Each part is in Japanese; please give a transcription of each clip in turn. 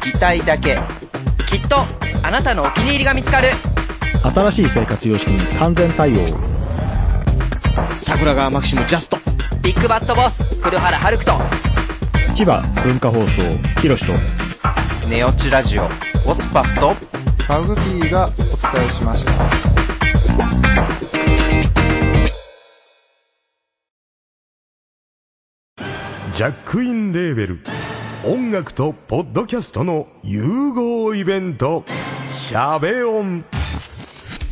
聞きたいだけ。きっとあなたのお気に入りが見つかる新しい生活様式に完全対応。桜川マキシムジャスト。ビッグバットボス黒原遥人千葉文化放送、ひろしと。ネオチラジオ。オスパフと。マグキーがお伝えしました。ジャックインレーベル音楽とポッドキャストの融合イベント「シャベオン」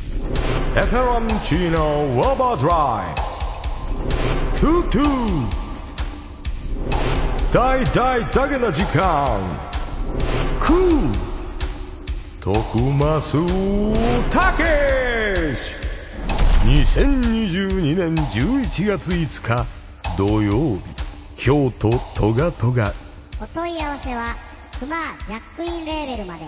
「エフェロンチーノウォーバードライ」「トゥトゥ」「大大だけな時間」「クー」「徳マスたけし」2022年11月5日土曜日京都トガトガお問い合わせは、クマジャックインレーベルまで。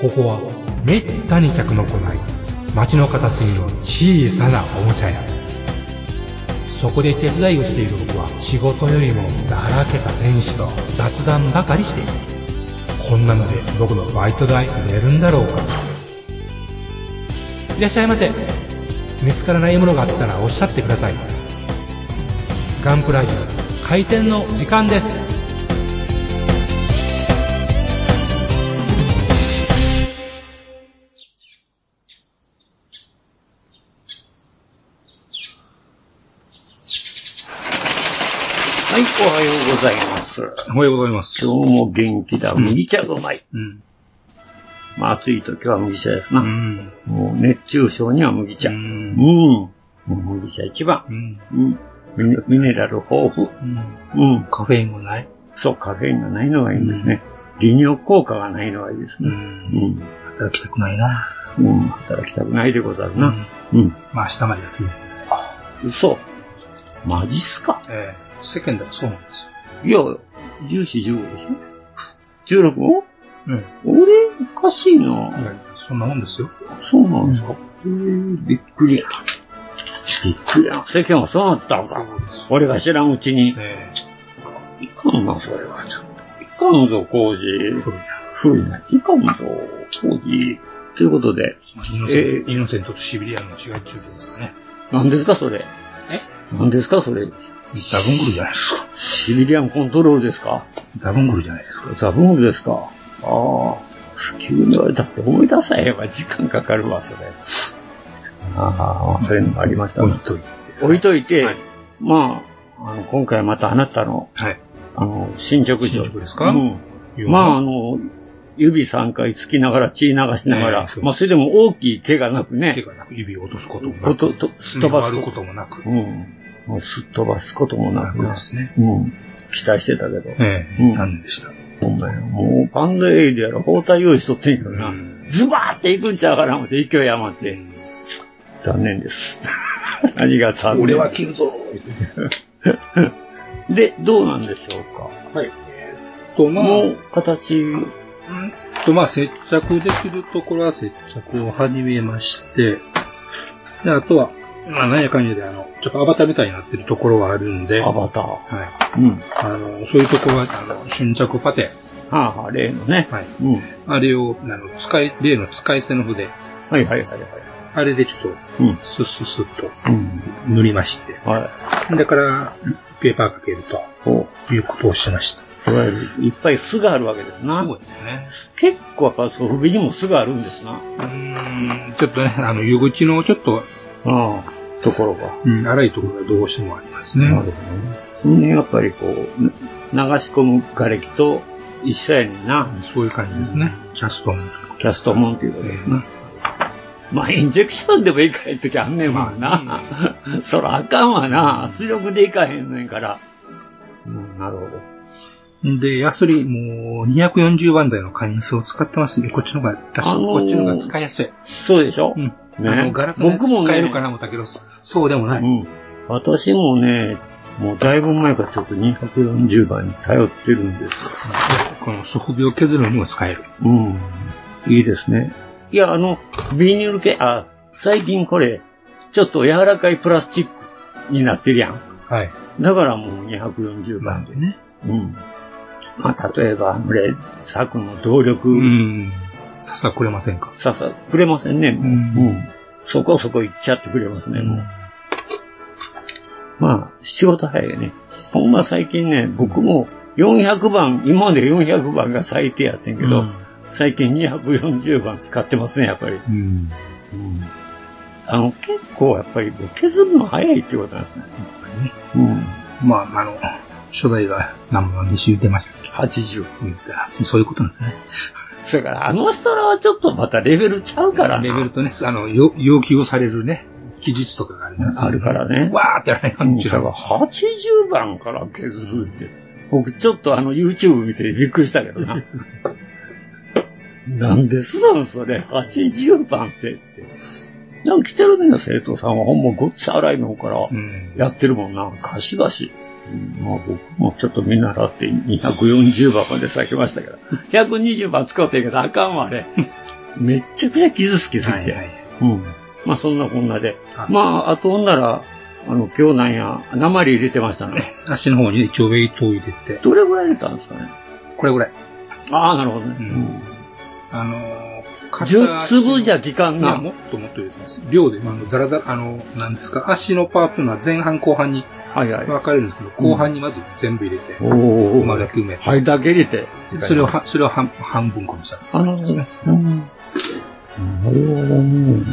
ここはめったに客の来ない街の片隅の小さなおもちゃ屋そこで手伝いをしている僕は仕事よりもだらけた店主と雑談ばかりしているこんなので僕のバイト代出るんだろうかいらっしゃいませ見つからないものがあったらおっしゃってくださいガンプラジオ開店の時間ですはい、おはようございます。おはようございます。今日も元気だ。麦茶がうまい。うん。まあ、暑い時は麦茶ですな。うん。もう熱中症には麦茶。ううん。ん。もう麦茶一番。うん。うん。ミネミネラル豊富。うん。うん。カフェインもない。そう、カフェインがないのがいいんですね。利尿効果がないのがいいですうね。ん。働きたくないな。うん。うん。働きたくないでござるうな。んうん。まあ、明日まで休み。嘘。マジっすかええ。世間ではそうなんですよ。いや、14、15でしょ ?16 もうん。俺、おかしいな。そんなもんですよ。そうなんですか。へえびっくりや。びっくりや。世間はそうなったのか。俺が知らんうちに。えいかんな、それはちょっと。いかんぞ、工事。古いな。いかんぞ、工事。ということで、え。まあイノえセンえトイノセントとシビリアンの違い中継ですかね。何ですか、それ。え何ですか、それ。ザブングルじゃないですか。シビリアンコントロールですかザブングルじゃないですか。ザブングルですかああ。急にあれだって思い出さえば時間かかるわ、それ。ああ、そういうのがありましたね置いといて。置いといて、はいまあ、あの今回またあなたの、はい。あの、進捗状進捗ですかうん。まあ、あの、指3回つきながら、血流しながええらそうで、すまあ、それでも大きい怪我なく手ね、がなく指を落とすこともこなと、く、と、すっ飛ばす爪を割るこ。ことともなくう、ん。もうすっ飛ばすこともなく楽なで。すね。うん。期待してたけど、えうんえ。残念でした。ほんまや。もう、バンドエイドやら、包帯用意しとってんよな。んズバーっていくんちゃうかな、思って勢い余って。残念です。何が残念俺は切るぞで、どうなんでしょうか。はい。と、まあ、もう、形、うんと、まあ、接着できるところは接着を始めまして、で、あとは、まあ、なんやかんやで、あの、ちょっとアバターみたいになってるところはあるんで、アはい。バター。うん。あの、そういうところは、あの、瞬着パテ、はあ、はあ、例のね。はい。うん。あれを、あの、使い、例の使い捨ての筆、はいはいはいはい。あれでちょっと、うん。スッスッスッとうん。塗りまして、はい。だから、ペーパーかけるとこいうことをしました。う、いわゆる、いっぱい巣があるわけですな。うですね。結構やっぱ、そう、首にも巣があるんですな。うーん、ちょっとね、あの、湯口のちょっと、ああ、ところが。うん、荒いところがどうしてもありますね。なるほどね。その辺やっぱりこう、流し込む瓦礫と一緒やねんな。そういう感じですね。キャストの。キャストもんっていうことですな。まあ、インジェクションでもいかへんときあんねんわな。 そらあかんわな。圧力でいかへんねんから。うん、なるほど。で、ヤスリ、もう、240番台の加熱を使ってますんで、こっちの方が出し、あのーこっちの方が使いやすい。そうでしょうん。ねあの、ガラスのやつ僕もね使えるかな思ったけど、そうでもない。うん。私もね、もうだいぶ前からちょっと240番に頼ってるんですよ。この側壁を削るのにも使える。うん。いいですね。いや、あの、ビニール系、あ、最近これ、ちょっと柔らかいプラスチックになってるやん。はい。だからもう240まあ番で。ね。うん。まあ、例えば、これ、柵の動力、うん。ささくれませんか。ささ、くれませんね。もううんうんそこそこ行っちゃってくれますね、もう。うまあ、仕事早いね。ほんま最近ね、僕も400番、今まで400番が最低やってんけど、最近240番使ってますね、やっぱり。うん。あの、結構やっぱり削るの早いってことなんですね。うん。まあ、あの、初代が何番で知ってましたっけ80。言ったらそそういうことなんですね。それから、あの人らはちょっとまたレベルちゃうからな。レベルとね、あの、要要求をされるね、記述とかがあります、あるからね。わーってやらないかうんんだから80番から削るって。僕ちょっとあの YouTube 見てびっくりしたけど な。なんですなんそれ、80番ってって。なんか来てるみんな生徒さんはほんまごっつ荒いのからうん。やってるもんな、ガシガシ。うんまあ僕もちょっと見習って240番まで咲きましたけど、120番使ってんけどあかんわ、あ れ。めっちゃくちゃ傷つきすぎて。はいはい。うん。まあそんなこんなで。はいまあ、あとほんなら、あの、今日なんや、鉛入れてましたね。足の方にね一応ウェイトを入れて、どれぐらい入れたんですかね。これぐらい。ああ、なるほどね。うんあのー、 10粒じゃ効かんいや、な。もっともっと入れてます。量で、あの、ザラザラ、あの、なんですか、足のパーツが前半後半にはいはい。分かれるんですけど、後半にまず全部入れて、おおまあだけ埋めてはい、だけ入れて。それをは、それを半半分こにした。あの、そううん。なるほどね。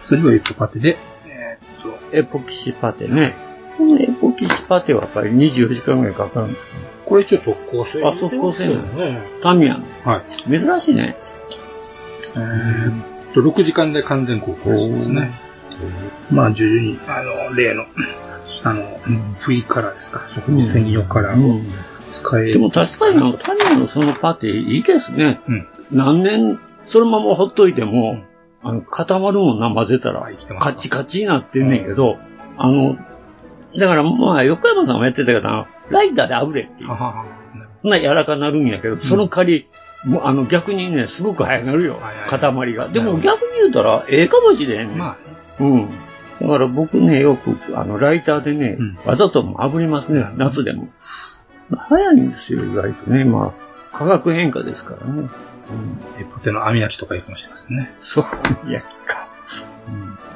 それをエポパテで、えーっと、エポキシパテね。このエポキシパテはやっぱり24時間ぐらいかかるんですかこれ一応特攻性。あ特攻性なのね。タミヤの。はい。珍しいね。えーっと、6時間で完全航行ですね。まあ、徐々に、あの、例の、あの、V カラーですか、そこに専用カラーをん使えでる。も確かにあのタミヤのそのパテいいですね。うん何年そのままほっといても、あの固まるもんな、混ぜたらはい来て。ますカチカチになってんねんけど、あの、だからまあ、横山さんもやってたけど、あのライターで炙れっていう。はははそんな柔らかなるんやけど、その代わり、もうあの逆にね、すごく早なるよはいはいは、い塊が。でなるほもど逆に言うたら、ええかもしれへんねん。まうん。だから僕ね、よく、あの、ライターでね、うんわざとも炙りますね、夏でも。早いんですよ、意外とね。まあ、化学変化ですからね。うん、あ、エポテの網焼きとかいいかもしれませんね。そう、焼きか、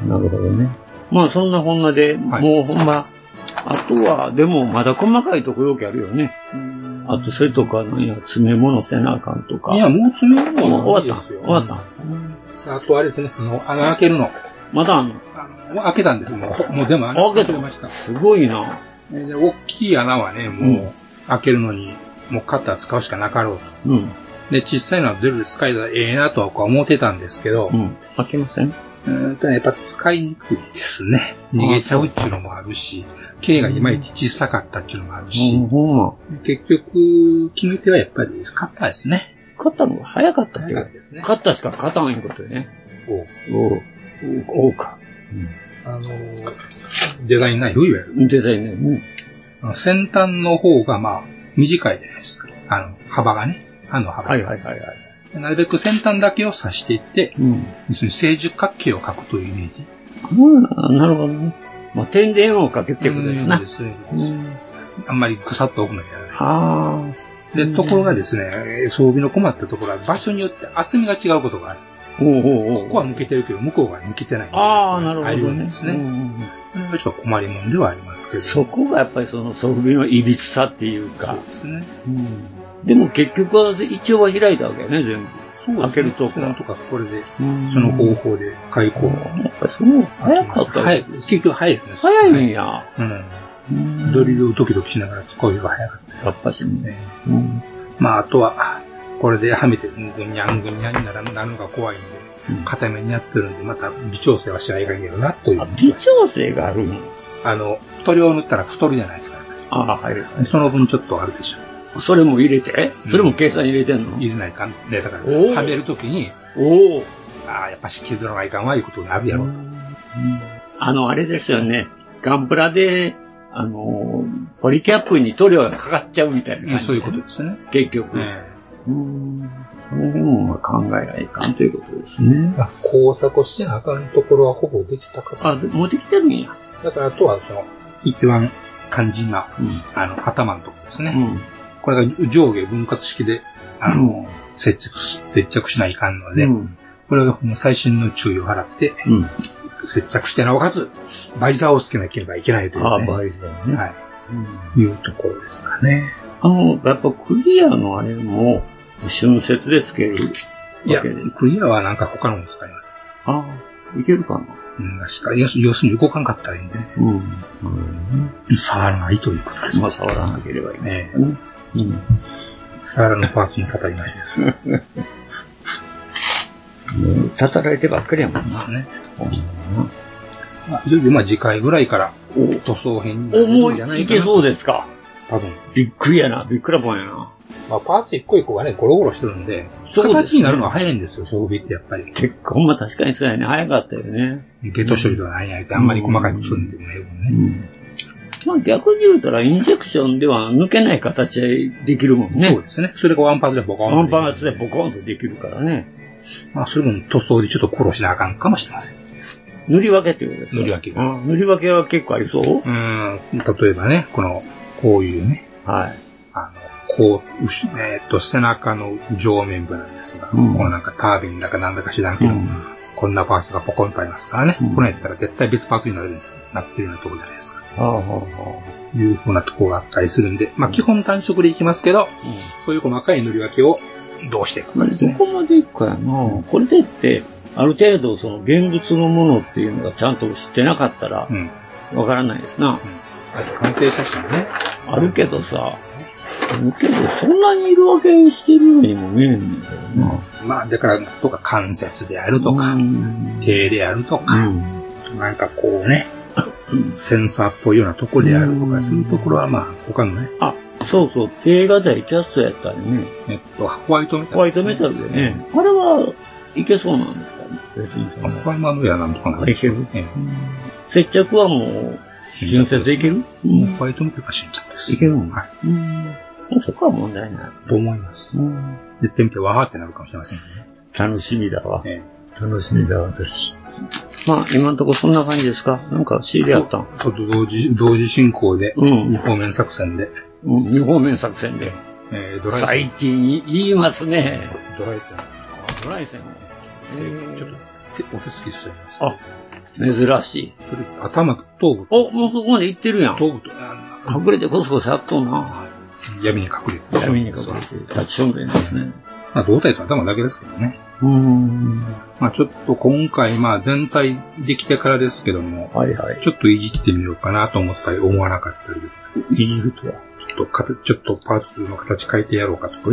なるほどね。まあ、そんなこんなで、はいもうほんま、あとは、でも、まだ細かいとこよくあるよね。あと、それとか、なんや、詰め物せなあかんとか。いや、、もう詰めるのもうも。終わった。終わったた。あとあれですね、あの、穴開けるの。まだあんのあのもう開けたんですもう、もうでも穴開けたました。すごいな。えーで、大きい穴はね、うんもう、開けるのに、もうカッター使うしかなかろうと。うん。で、小さいのはドリル使えたらええなとは僕は思ってたんですけど、う。うん開けませんーんとね、やっぱ使いにくいですね。逃げちゃうっていうのもあるし、径がいまいち小さかったっていうのもあるし、うん、ほんま。結局、決め手はやっぱりカッターですね。勝ったのが早かったっていう早かったですね勝ったしか勝たんいうことよね。おうおおうか。あのー、デザインナイフいわゆる。デザインね。うんあの先端の方が、まあ、短いじゃないですか。あの、幅がね。刃の幅。はいはいはいはい。なるべく先端だけを刺していって、うん。要するに正十角形を描くというイメージ。ああ、なるほどね。まあ、点で円をかけていくことですな。そういうことうですん。あんまりぐさっと奥までやらない。はで、ところがですね、えー装備の困ったところは場所によって厚みが違うことがある。あ。おうおうおうここは抜けてるけど、向こうが抜けてない。ああ、なるほあどるんねですうんね。うんうんこれはちょっと困りもんではありますけど。そこがやっぱりその装備のいびつさっていうかそう。ですね。でも結局は一応は開いたわけよね、全部。そう開けるとこなんとかこれで、うんその方法で開口。やっぱりその早かった早い。結局早いですね。早いんや。う。うんんドリルをドキドキしながら使うよりが早かったですやっぱしね。ね。うん。まあ、あとは、これではめて、ぐにゃんぐにゃんにならなるのが怖いんで、固めにやってるんで、また微調整はしないかんけどな、という。微調整があるんあの、塗料を塗ったら太るじゃないですか。ああ、はい。その分ちょっとあるでしょ。それも入れてそれも計算入れてんの、入れないかんね。だから、おーはめるときに、おお。ああ、やっぱし削らないかんわ、いうことになるやろうと。あの、あれですよね。ガンプラで、あのー、ポリキャップに塗料がかかっちゃうみたいな感じ、そういうことですね。結局。えうーん。その辺もまあ考えないかんということですね。え工作をしてなあかんところはほぼできたかあ、でもうできてるんや。だから、あとは、その、一番肝心な、うあの、頭のところですね。ん。うん。これが上下分割式で、あの、接着し、接着しないかんので、うん。これがもう最新の注意を払って、うん。接着してなおかつ、バイザーをつけなければいけないという、ね。ああ、バイザーね。はうんい。いうところですかね。あの、やっぱクリアのあれも、春節でつけるいや、わけで。クリアはなんか他のも使います。ああ、いけるかな。うん、確か。要す要するに動かんかったらいいんでね。うん。うん、触らないということです。まあ、触らなければいいねかな。うん。触らぬパーツに語りましょう。もう、たたられてばっかりやもんな。ね。うんまあいよいよまあ次回ぐらいから、塗装編にな思、るんじゃないいいかけな。そうですか。多分。びっくりやな、びっくらぽんやな。まあパーツ一個一個がね、ゴロゴロしてるんで、そうですね形になるのは早いんですよ、装備ってやっぱり。結構、まあ確かにそうやね。早かったよね。ゲット処理とは何やって、あんまり細かいことするんでもね。うん。まあ逆に言うたら、インジェクションでは抜けない形でできるもんね。そうですね。それがワンパーツでボコンとワンパンツでボコンとできるからね。まあ、それも塗装でちょっと苦労しなあかんかもしれません。う塗り分けっていうことですか塗り分けあ塗り分けは結構ありそうーん、例えばね、この、こういうね、はい。あの、こう、うしえーっと、背中の上面部なんですが、うんこのなんかタービンだかなんだか知らんけど、うんこんなパーツがポコンとありますからね、うんこのやったら絶対別パーツになる、なってるようなところじゃないですか。ああ、はいうふうなところがあったりするんで、まあ、基本単色でいきますけど、そういう細かい塗り分けをどうしていくあ、かはですい。ねど。こまでいくかやな。これでって、ある程度、その、現物のものっていうのがちゃんと知ってなかったらう、ん。わからないですな。あと完成写真ね。あるけどさ、あるけど、そんなに色分けしてるようにも見えるんだけどな。まあ、だから、とか関節であるとか、うん手であるとうか、ん。なんかこうね、センサーっぽいようなとこであるとうか、んそういうところはまあ、他のね、あ、そうそう、手が大キャストやったりね。えっと、ホワイトメタル、ホワイトメタルでね。あれはいけそうなんですか別にそあ。のホワイトメタルやなんとかなるでしょうね。接着はもう、新設でいけるうもうんホワイトメタルが死んじゃったです。いけるのはい。うん。そこは問題ない。と思います。うん。やってみて、わーってなるかもしれませんね。楽しみだわ。え楽しみだわ、私。まあ、今のところそんな感じですかなんか仕入れあったんえと同時、同時進行で、うん二方面作戦で、うん、二方面作戦で。えー、ドライ最近言いますね。セン、ドライセン、ドライセン。ちょっと手、お手つきしちゃいます。あ、珍しい。それ頭と頭部、お、もうそこまで行ってるやん。頭部と、あ隠れてこそこそやっとんな。闇に隠れて。闇に隠れて、立ち正面ですね。まあ、胴体と頭だけですけどね。うーん。まあ、ちょっと今回、まあ、全体できてからですけども、はいはい。ちょっといじってみようかなと思ったり、思わなかったり、いじるとは。ちょっとかた、ちょっとパーツの形変えてやろうかとか、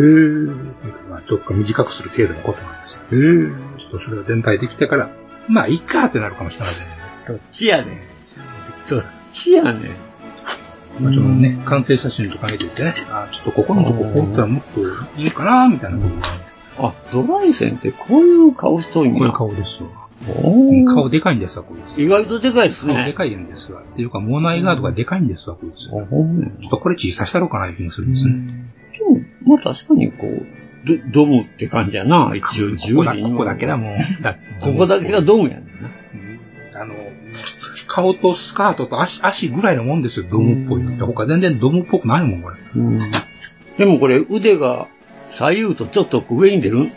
まあ、どっか短くする程度のことなんですけど、ちょっとそれが全体できてから、まあ、いいかってなるかもしれませんね。どっちやねん。どっちやねん。まあ、ちょっとね、完成写真とか見ててね、あちょっとここのとこ、こうしたらもっといいかなみたいなことが、あ、ドライセンってこういう顔しとんや。こういう顔ですよ。おー顔でかいんですわ、こいつ。意外とでかいです顔でね。かいんですわ。っていうか、モナイガードがでかいんですわ、こいつ。あ、ほんまやちょっとこれ小さしたろうかないう気もするんですね。でも、まあ確かにこう、ドドムって感じやな、一応10時ここだここだけだん。もん。だ ここだけがドムやねんな。うんあの、顔とスカートと足、足ぐらいのもんですよ、ドムっぽいのって。他全然ドムっぽくないもん、これ。うん。でもこれ腕が左右とちょっと上に出る、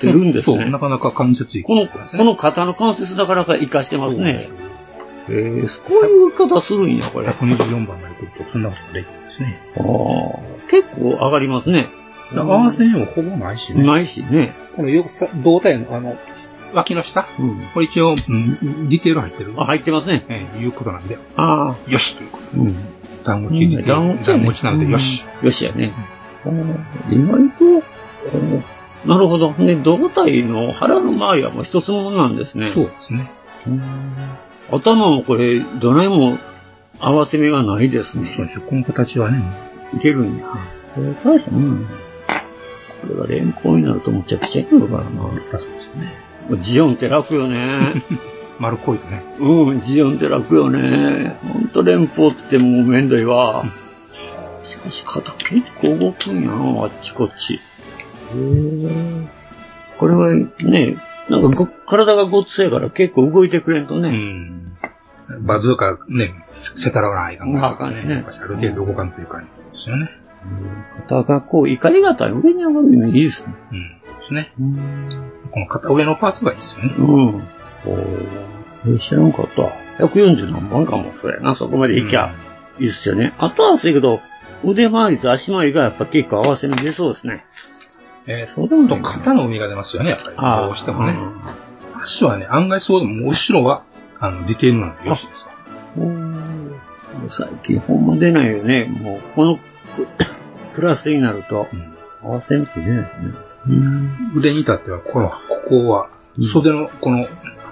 出るんですそう、ねな。かなか関節域この、ね。この肩の関節なかなか活かしてますね。えー、こういう方するんや、これ。あ124番まで来ると、そんなことできるんですね。ー結構上がりますね。合わせにもほぼないしね。ないしね。このよさ胴体の、あの、脇の下。うん。これ一応、うんディテール入ってる。あ、入ってますね。ええ、いうことなんで、ああ。よしということ。うん。段落ちで、段落ちやね段落ちなんで、よし。。よしやね。意外と、このなるほど。で、胴体の腹の周りはもう一つものなんですね。そうですね。頭もこれ、どれも合わせ目がないですね。そうですよこの形はね、いけるんや。これ、大したもんなんだこれが連行になるとむちゃくちゃやるかあらな。そうですよね。ジオンって楽よね。丸っこいとね。うん、ジオンって楽よね。ほんと連邦ってもうめんどいわ。しかし肩結構動くんやな、あっちこっち。へえ。これはね、なんかご体がごっついから結構動いてくれんとうね。ん。バズーカね、せたらわないかんあかんねやっぱしある程度動かんという感じですよね。肩がこう、怒り方上に上がるのいいですね。うん。ですね。うん。この肩、上のパーツがいいですよね。うん。おえー知らんかった。140何万かも、それな、そこまでいきゃ。いいっすよね。あとはそうやけど、腕周りと足周りがやっぱ結構合わせに出そうですね。えそうでもー、と、肩の海が出ますよね、やっぱり。どうしてもね。足はね、案外そうでも、後ろは、あの、ディテールなのでよしですよ。うん。もう最近ほんま出ないよね。もうこの クラスになるとうん合わせるって出ないですね。うん。腕に至っては、この、ここはう、ん袖の、この、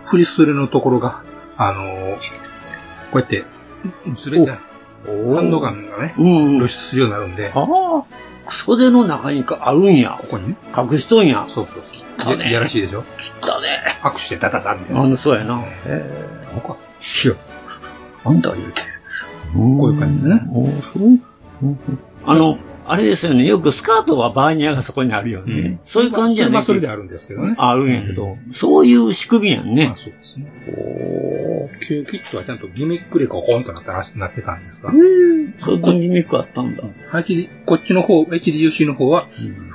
振り袖のところが、あのーこうやって、ずれて、ハンドガンがね、うん。露出するようになるんで、こああ、袖の中にかあるんや。こにね、隠しとんや。そうそう汚そう。ねややらしいでしょだね。拍手でダダダみたいあな。の、そうやな。ええなんか、いや、あんたが言うて。ここういう感じですねおーそうあの、あれですよね。よくスカートはバーニアがそこにあるよね。うんそういう感じじゃまなあいそれはそれであるんですけどね。あるんやけど、そういう仕組みやんまねあ。そうですね。キューピットはちゃんとギミックでこうコンとなったらしなってたんですが、そういうギミックあったんだ。 HD こっちの方、HDUC の方は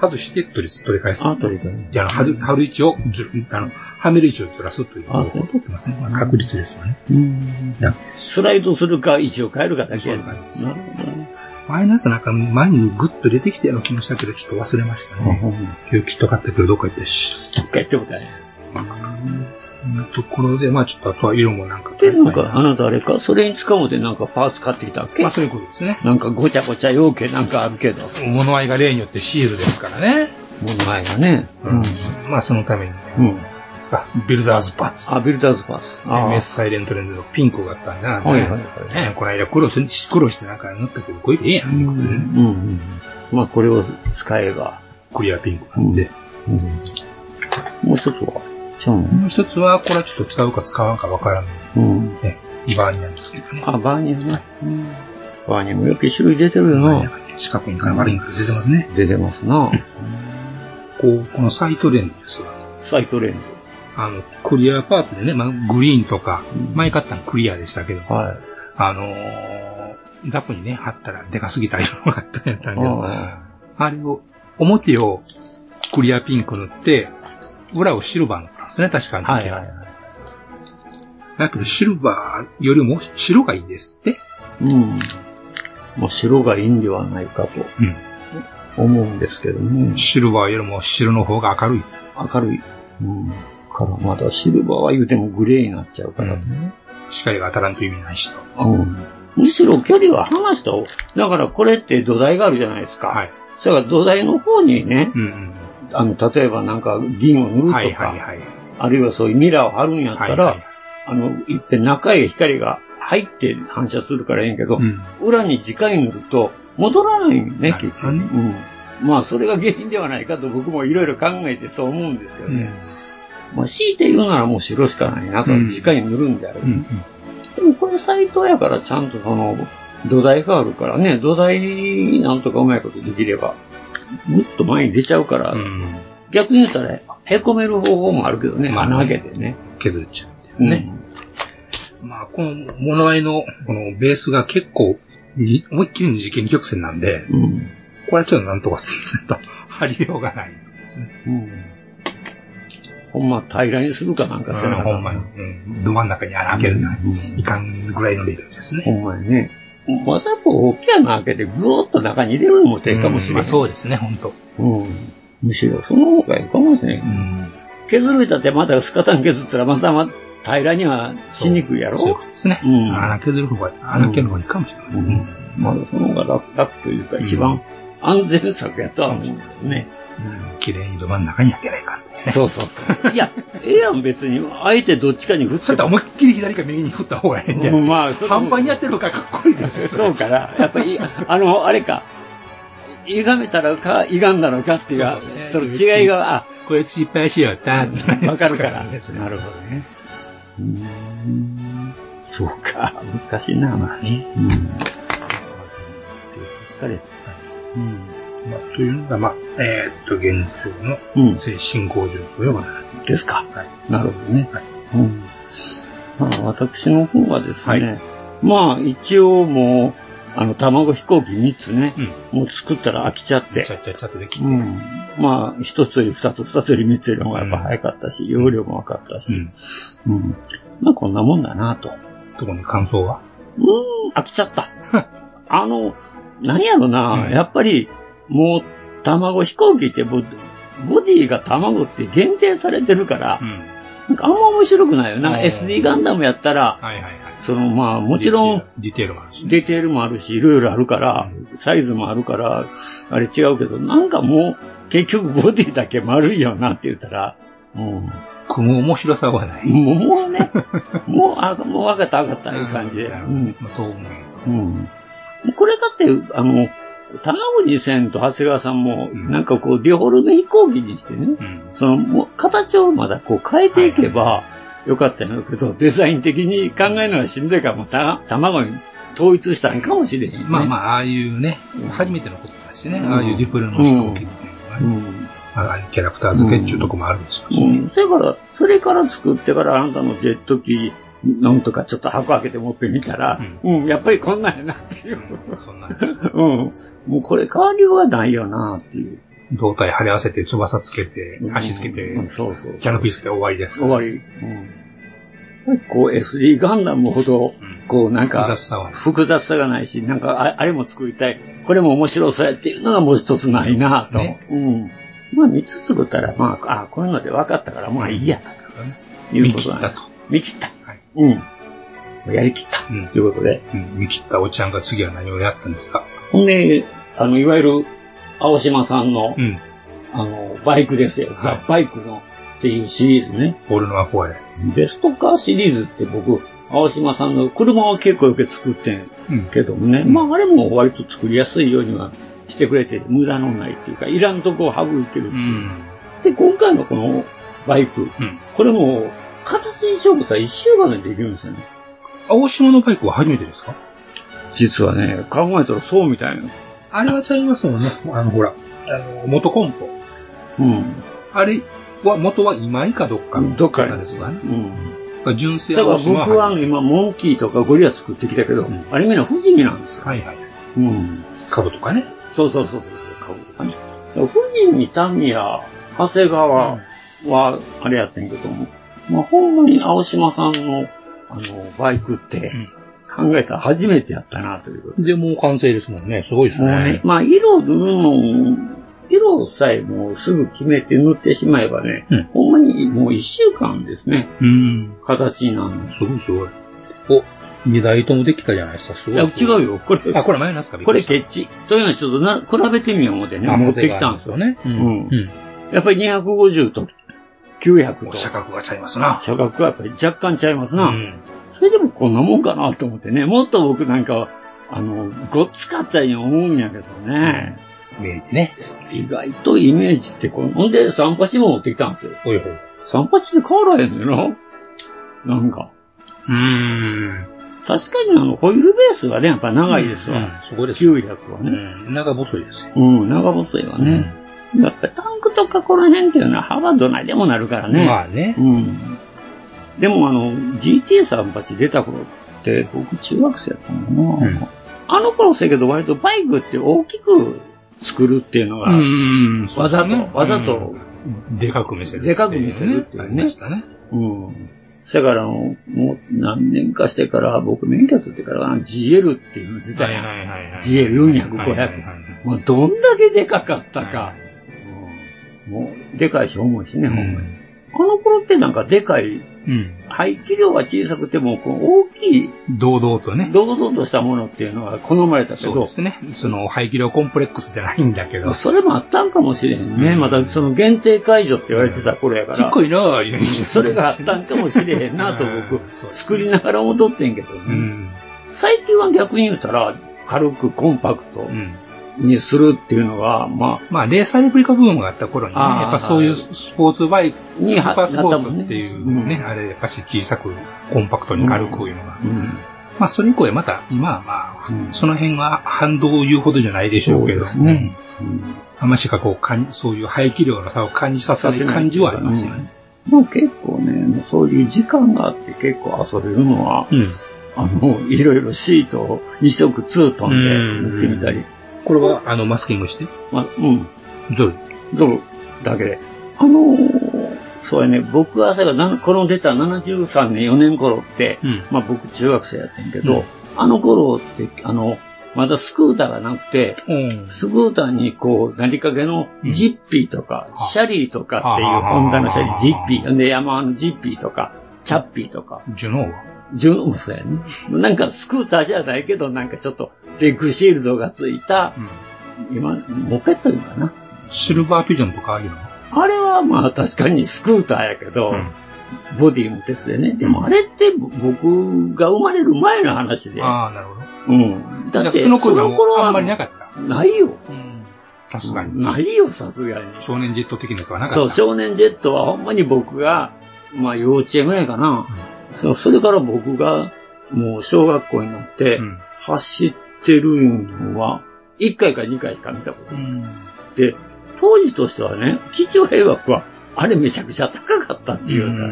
外して取り取り返す。あ、とりかえじゃあ、貼る、貼る位置をずる、あの、はめる位置をずらすという方法を取ってますね。まあ、確率ですよね。うんやスライドするか、位置を変えるかだけやんそうないうる感ほじどね。マイナスなんか前にグッと出てきたような気もしたけど、ちょっと忘れましたね。キューピット買ったけど、どっか行ったし。どっか行ってもだね。うんところで、まあちょっとあとは色もなんかで、なんか、あなたあれか、それに使おうでなんかパーツ買ってきたっけまあそういうことですね。なんかごちゃごちゃ要件なんかあるけど、物合いが例によってシールですからね。物前がね。うん。まあそのために、うん。ですか、ビルダーズパーツ。あ、ビルダーズパース。ああ。 MS サイレントレンズのピンクがあったんだ。はいはいねこの間苦労する、苦労してなんか塗ったけど、これでええやうんん。うんうん。まあ、これを使えば。クリアピンクなんで。もう一つは、ちゃうん。もう一つは、これはちょっと使うか使わんかわからないうん。ね、バーニアですけどね。あ、バーニャね。うん。バーニャもよく種類出てるよバーニな。ャがね四角いんから悪いんから出てますね。出てますな。こう、このサイトレンズですが、サイトレンズ。あの、クリアパーツでね、まあ、グリーンとかうん、前買ったのクリアでしたけど、はあのーザップにね、貼ったらでかすぎた色があったんやったんやい。けど、あれを、表をクリアピンク塗って、裏をシルバー塗ったんですね、確かに。はいはいはい。だけど、シルバーよりも白がいいですって。うん。もう白がいいんではないかと思うんですけどね。シルバーよりも白の方が明るい。明るい。うん。からまだシルバーは言うてもグレーになっちゃうからね。光が当たらんと意味ないしと。うん。むしろキャリア離した方だからこれって土台があるじゃないですか。はい。それから土台の方にね、うんうん。あの、例えばなんか銀を塗るとか、はいはいはい。あるいはそういうミラーを貼るんやったら、はいはいあの、いっぺん中へ光が入って反射するからええんやけど、うん。裏に直に塗ると戻らないよね、はい結局。うん。まあ、それが原因ではないかと僕もいろいろ考えてそう思うんですけどうんね。まあ、強いて言うならもう白しかないなと、うん直に塗るんであれば。うんでもこれサイトやからちゃんとその、土台があるからね、土台なんとかうまいことできれば、ぐっと前に出ちゃうから、うん。うん。逆に言ったら、へこめる方法もあるけどね、まあ穴開けてね。削っちゃうみたいなね。まあ、この物合いの、このベースが結構、に思いっきりの時期二曲線なんで、うん。うん。これはちょっとなんとかすると、 張りようがない。うん。ほんま平らにするかなんかせなあかほんんなまに。うん。ど真ん中に穴開けるなうんいかんぐらいのレベルですほね。んまやね。わざと大きな穴開けてぐおっと中に入れるのも手かもしれまなあい。そうですね、ほんと。うん。むしろその方がいいかもしれない。ん。削るいたってまだスカタン削ったらまたま平らにはしにくいやろそういうことですね。うん穴削る方が、穴開ける方がいいかもしれませんね。まだその方が楽楽というか一番安全策やとは思いますね。うん、綺麗にど真ん中に開けないかんってね。そうそうそう。いや、ええやん、別に。あえてどっちかに振っそてれとも。思いっきり左か右に振った方がええんじゃうんまあそれ半端にやってる方がかっこいい ですよ。そうかな。やっぱり、あの、あれか。歪めたのか、歪んだのかっていうそうそう、その違いが、あ、 これ失敗しよったってなりわまかするから。ねそれなるほどね。うーん。そうか。難しいな、まあね。うん。疲れうん。まあというのが、まあ、えーっと、現状うのん精神向上という話題ですか。はいなるほどね。はいうん。まあ、私の方はですね、はいまあ、一応もう、あの、卵飛行機3つね、もう作ったら飽きちゃって、ちゃっちゃっちゃっとできて、うん。まあ、1つより2つ、2つより3つよりの方がやっぱ早かったし、容量も分かったうし、ん。うん。まあ、こんなもんだなと。特に感想はうーん、飽きち ゃった。あの、何やろな、うんやっぱり、もう、卵飛行機ってボ、ボディが卵って限定されてるから、ん。なんかあんま面白くないような。ん SD ガンダムやったら、はいはいはい。そのまあもちろん、ディテールもあるし。ディテールもあるし、いろいろあるから、サイズもあるから、あれ違うけど、なんかもう、結局ボディだけ丸いよなって言ったら、も組む面白さはなう、い。もうもう ね、もう、あ、もう分かった分かった、いう感じで。ううんん。まあ、当分うん。これだって、あの、卵にせんと長谷川さんも、うんなんかこう、デフォルメ飛行機にしてね、うん。その、もう形をまだこう変えていけばよかったんやけど、デザイン的に考えるのはしんどいから、もうた卵に統一したんかもしれへんね、まあまあ、ああいうねうん、初めてのことだしね、うんああいうディプルの飛行機みたいなのがうね、ん。ああいうキャラクター付けっていうとこもあるんですよ。うん。それから、それから作ってからあなたのジェット機、なんとかちょっと箱開けて持ってみたら、うん、やっぱりこんなんやなっていう。そんなにうん。もうこれ変わりようはないよなっていう。胴体張り合わせて、翼つけて、足つけて、うんそうそう。キャノピーつけて終わりです。終わり。うん。こう SD ガンダムほど、こうなんか、複雑さは複雑さがないし、なんかああれも作りたい、これも面白そうやっていうのがもう一つないなぁと。ねうん。まあ三つ作ったら、まあ、あこういうので分かったから、まあいいやと。いう見こと切なんったと。見切った。はいうん。やり切った。うんということで。うん見切ったおっちゃんが次は何をやったんですかほんで、あの、いわゆる、青島さんの、うん。あの、バイクですよ。いザ・バイクのっていうシリーズね。俺の憧れ。ベストカーシリーズって僕、青島さんの車を結構よく作ってんうん。けどもね、まああれも割と作りやすいようにはしてくれて、無駄のないっていうか、いらんとこを省いてる。うん。で、今回のこのバイク、うん。これも形にしようことは一週間でできるんですよね。青島のバイクは初めてですか実はね、考えたらそうみたいな。あれはちゃいますもんね。 あの、ほら、あの、元コンポ。うん。あれは、元は今井かどっかの。どっかにですよね。うん。だから純正だから青島僕は今、モンキーとかゴリラ作ってきたけど、うんあれみんな不死身なんですよ。はいはい。うん。株とかね。そうそうそうそう、かぶる富士見、三宮、長谷川は、あれやってんけども、まあ、ほんまに青島さんの、あの、バイクってうん、考えたら初めてやったな、ということで、もう完成ですもんね。すごいですもうねね。まあ、色塗るの、色さえもうすぐ決めて塗ってしまえばね、うんほんまにもう一週間ですね、うん。形なんですごいすごい。お、二台ともできたじゃないですか。すす。いごや、い。違うよ、これ。あ、これマイナスか。これ結ケチ。というのはちょっとな、比べてみよう思ってね、持ってきたんですよ。ね。ううんん。うん。やっぱり250と900もとう。車格がちゃいますな。社額はやっぱり若干ちゃいますな。うん。それでもこんなもんかなと思ってね。もっと僕なんかは、あの、ごっつかったように思うんやけどね。明治ね。意外とイメージってこう、ほんで三八も持ってきたんですよ。おいほい。う三八って変わらへんのよな。なんか。ーん。確かにあの、ホイールベースがね、やっぱ長いですわ。うんそこです。 900はうね。ん。長細いですよ。うん、長細いわね。やっぱりタンクとかこの辺っていうのは幅どないでもなるからね。まあね。うん。でもあの、GT38 出た頃って、僕中学生だったもんな。うんあの頃せやけど割とバイクって大きく作るっていうのが、んんわざと、わざと、でかく見せる。でかく見せるっていうあねりましたね。うん。せやからあの、もう何年かしてから、僕免許取ってからあの GL っていうの出たやん。いはいはい GL400 500はいはいはいまあ、どんだけでかかったか。はうんもう、でかいし重いしね、うほんまに。んあの頃ってなんかでかいうん。排気量は小さくても、こう大きい、堂々とね。堂々としたものっていうのは好まれたけそうどで、すね。その、排気量コンプレックスじゃないんだけど。それもあったんかもしれんね。また、その限定解除って言われてた頃やかちっら、こいなぁ、言うそれがあったんかもしれへんなとう僕んそう、です作りながら踊ってんけどうね。ん。最近は逆に言うたら、軽くコンパクトうん。にするっていうのが、ままあ、レーサーレプリカブームがあった頃にね、あーやっぱそういうスポーツバイク、にスーパースポーツっていうなったもんねね、うんあれ、やっぱし小さく、コンパクトに軽くいうのがあ、。うんまあ、それ以降はまた、今はまあ、うんその辺は反動を言うほどじゃないでしょうけど、そうですねうんあましかこうかん、そういう排気量の差を感じさせない感じはありますよね。もう結構ね、もうそういう時間があって結構遊べるのは、うん。あの、いろいろシートを2色2飛んうでん塗ってみたり、これは、あの、マスキングして、まあ、うん、ゾル。ゾロだけで。あのーそうやね、僕が最後な、この出た73年、4年頃って、うんまあ僕中学生やってんけど、うんあの頃って、あの、まだスクーターがなくて、うんスクーターにこう、なりかけのうんジッピーとか、はシャリーとかっていう、はあはあはあホンダのシャリー、ジッピー、で、ヤマハのジッピーとか、チャッピーとか、ジュノーは。ジュノーもそうやね。なんかスクーターじゃないけど、なんかちょっと、レッグシールドがついた、今、モペットいうのかな。シルバーピジョンとかああいうのあれはまあ確かにスクーターやけど、うんボディも鉄でね。でもあれって僕が生まれる前の話で。ああ、なるほど。うん。だっじゃて、あその頃はあんまりなかった。ないよ。さすがに。ないよ、さすがに。少年ジェット的なやつはなかった。そう、少年ジェットはほんまに僕が、まあ幼稚園ぐらいかな。そうそれから僕が、もう小学校になってう、ん。走ってるのは、1回か2回しか見たことうない。ん。で、当時としてはね、父親枠は、あれめちゃくちゃ高かったっていうか、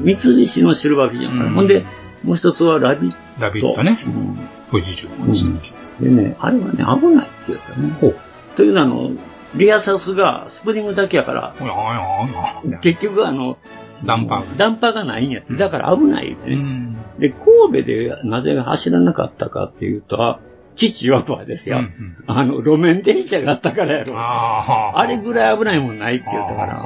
三菱のシルバービジョンかな。うんほんで、もう一つはラビット。ラビットね。うんポジショうんン。でね、あれはね、危ないっていうかね。というのは、あの、リアサスがスプリングだけやから、おやおやおや結局あの、ダンパーダンパーがないんやって。だから危ないようね。ん。で、神戸でなぜ走らなかったかっていうと、父はとはですよ。うんうんあの、路面電車があったからやろ。あああ。れぐらい危ないもんないって言ったから、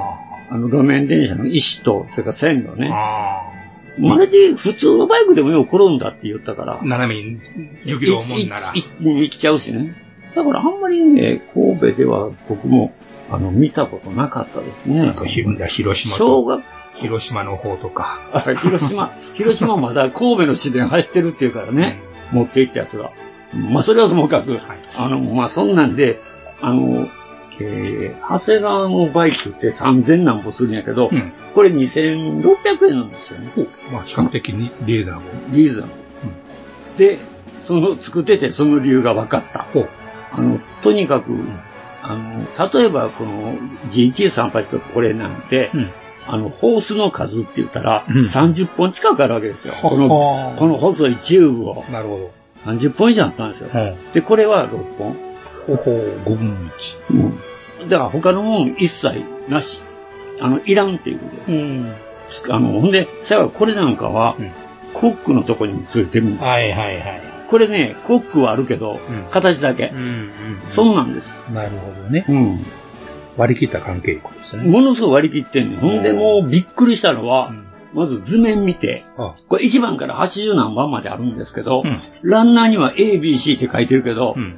あの、路面電車の石と、それから線路ね。あまるで普通のバイクでもよう転んだって言ったからあ。。斜めに、よぎるもんならい。いい行っちゃうしね。だからあんまりね、神戸では僕も、あの、見たことなかったですね。なんか広広島小と、学、広島の方とか。あ広 島、広島まだ神戸の市電走ってるっていうからね、持って行ったやつが。まあ、それはともかく、あの、まあ、そんなんで、あの、えー、長谷川のバイクって3000何歩するんやけど、うん。これ2600円なんですよね。まあ、比較的にレーダーも。リーズナブルで、その、作ってて、その理由が分かった。ほうあの、とにかく、あの、例えば、この GT38 とこれなんて、うんあの、ホースの数って言ったら、うん30本近くあるわけですよ。この、はあこの細いチューブをなるほ30本以上あったんですよ。ど。うん。で、これは6本。ほほ5分だから他のもん一切なし。あの、いらんっていうことで1。うん。す。あの、ほんで、最後これなんかは、うんコックのとこにもついてるんだはいはいはい。これね、コックはあるけど、うん形だけう。んうん。そうなんです。なるほどね。うん。割り切った関係いうことですね。ものすごい割り切ってんねん。ほんでもうびっくりしたのは、うんまず図面見て、あこれ1番から80何番まであるんですけど、うんランナーには ABC って書いてるけど、うん。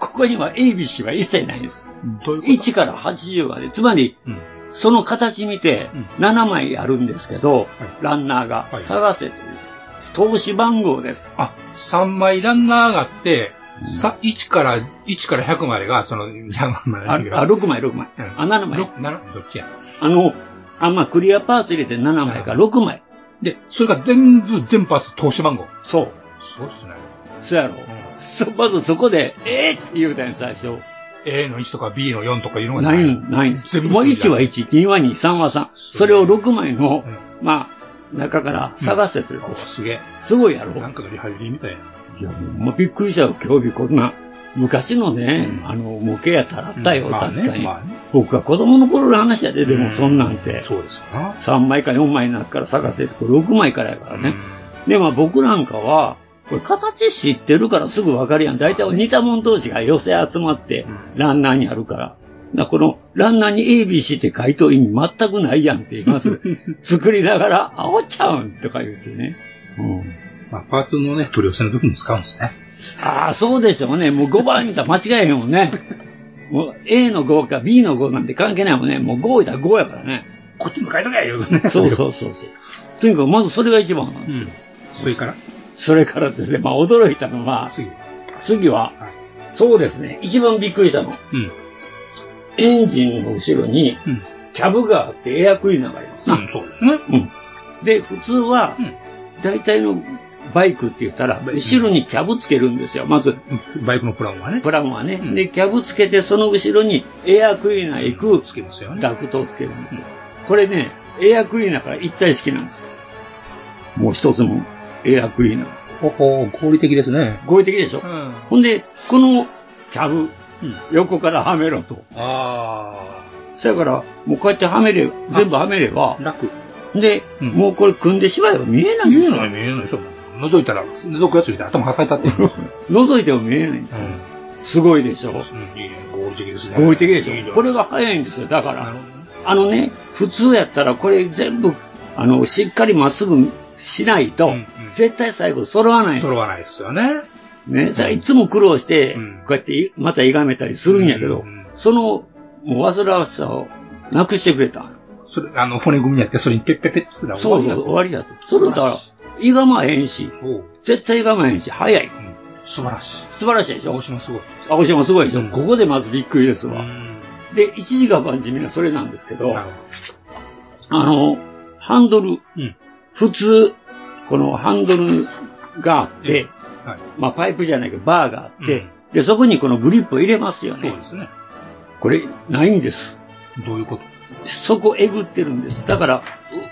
ここには ABC は一切ないです。どういうこ1から80まで。つまり、とうん。その形見てうん、 7枚あるんですけど、ランナーがはい探せという、投資番号です。あ、3枚ランナーがあって、さ、1から、1から100までが、その、100まで ああ、だけど6枚、6枚。うんあ、7枚。ろななどっちや。あの、あ、まあ、クリアパーツ入れて7枚か、6枚。で、それが全部、全パス、投資番号。そう。そうですね。そうやろ。そまずそこで、えー、って言うたんや、最初。 A の1とか B の4とかいうのがないん、ないん。全部もう数字1だは1、2は2、3は3。それを6枚のうん、まあ、中から探せというこおと。すげえ。すごいやろ。なんかのリハビリみたいな。いや、もうびっくりしたよ、今日日こんな。昔のね、うんあの、模型やったらあったよ、うんまあね確かに、まあね僕が子供の頃の話やで、でうもんそんなんて。そうですか3枚か4枚の中から探せって、これ6枚からやからね。で、まあ僕なんかは、これ形知ってるからすぐわかるやん。大体似たもん同士が寄せ集まってう、んランナーにあるから。なこの、ランナーに ABC って書いとる意味全くないやんって言い ます。作りながら、あおちゃうんとか言うてね。うん。まあ、パーツのね、取り寄せの時に使うんですね。ああ、そうでしょうね。もう5番いったら間違えへんも んね。もう A の5か B の5なんて関係ないもんね。もう5いったら5やからね。こっち向かいとけ言うとね。そうそうそうそう。とにかくまずそれが一番。うん。それから、それからですね、まあ驚いたのは、次。次は、そうですね、一番びっくりしたの。うん。エンジンの後ろにうん。キャブがあってエアクリーナーがありますな、うん、そうですね。うんで、普通は、大体のバイクって言ったら、後ろにキャブつけるんですよ。まず、うん。バイクのプランはね。プランはね、うんで、キャブつけて、その後ろにエアクリーナー行く、つけますよね。ダクトをつけるんですよ。これね、エアクリーナーから一体式なんです。もう一つのエアクリーナー。ほほ合理的ですね。合理的でしょう。ん。ほんで、このキャブ、うん横からはめろと。あそやから、もうこうやってはめれ、全部はめればあ、、楽。で、うんもうこれ組んでしまえば見えないんで見すえよ。ない見えないでしょ。覗いたら、覗くやつ見て頭挟えたって。うん。覗いても見えないんですよ。すごいでしょ。うんいいね合理的ですね。合理的でいいしじゃょ。んこれが早いんですよ。だなかるらほ、どねあのね、普通やったらこれ全部、あの、しっかりまっすぐしないと、うんうん絶対最後揃わないんですよ揃わないですよね。ね、さいつも苦労して、うんこうやっていまたいがめたりするんやけど、うんうんその、もう煩わしさをなくしてくれた。それ、あの、骨組みにやって、それにペッペッペッってそうそう、だ終わりだと。それだから、いがまへんし、そう。絶対いがまへんし、早い。うん素晴らしい。素晴らしいでしょ大島すごい。青島すごいでしょ、うんここでまずびっくりですうわ。ん。で、一時が万事みんなそれなんですけど、なるほあの、ハンドル、ど。うん。普通、このハンドルがあって、はい。まあパイプじゃないけど、バーがあって、うんで、そこにこのグリップを入れますよそねう。ですね。これ、ないんです。どういうことそこえぐってるんです。だから、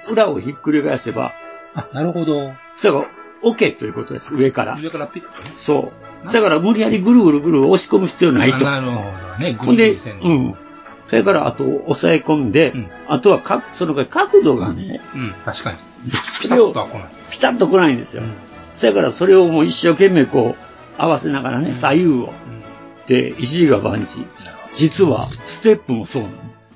う裏をひっくり返せば、あ、なるほど。それが、オケということです、上から。上からピッとね。そう。だから、無理やりぐるぐるぐる押し込む必要ないあと。なるほどね。ほんグリで、ーン線のうん。それから、あと、押さえ込んで、うんあとはか、その角度がね、うん、確かに。そピタれッをとは来ない。ピタッと来ないんですよ。うんそれから、それをもう一生懸命こう、合わせながらね、左右を。うんで、一時が万事。実は、ステップもそうなんです。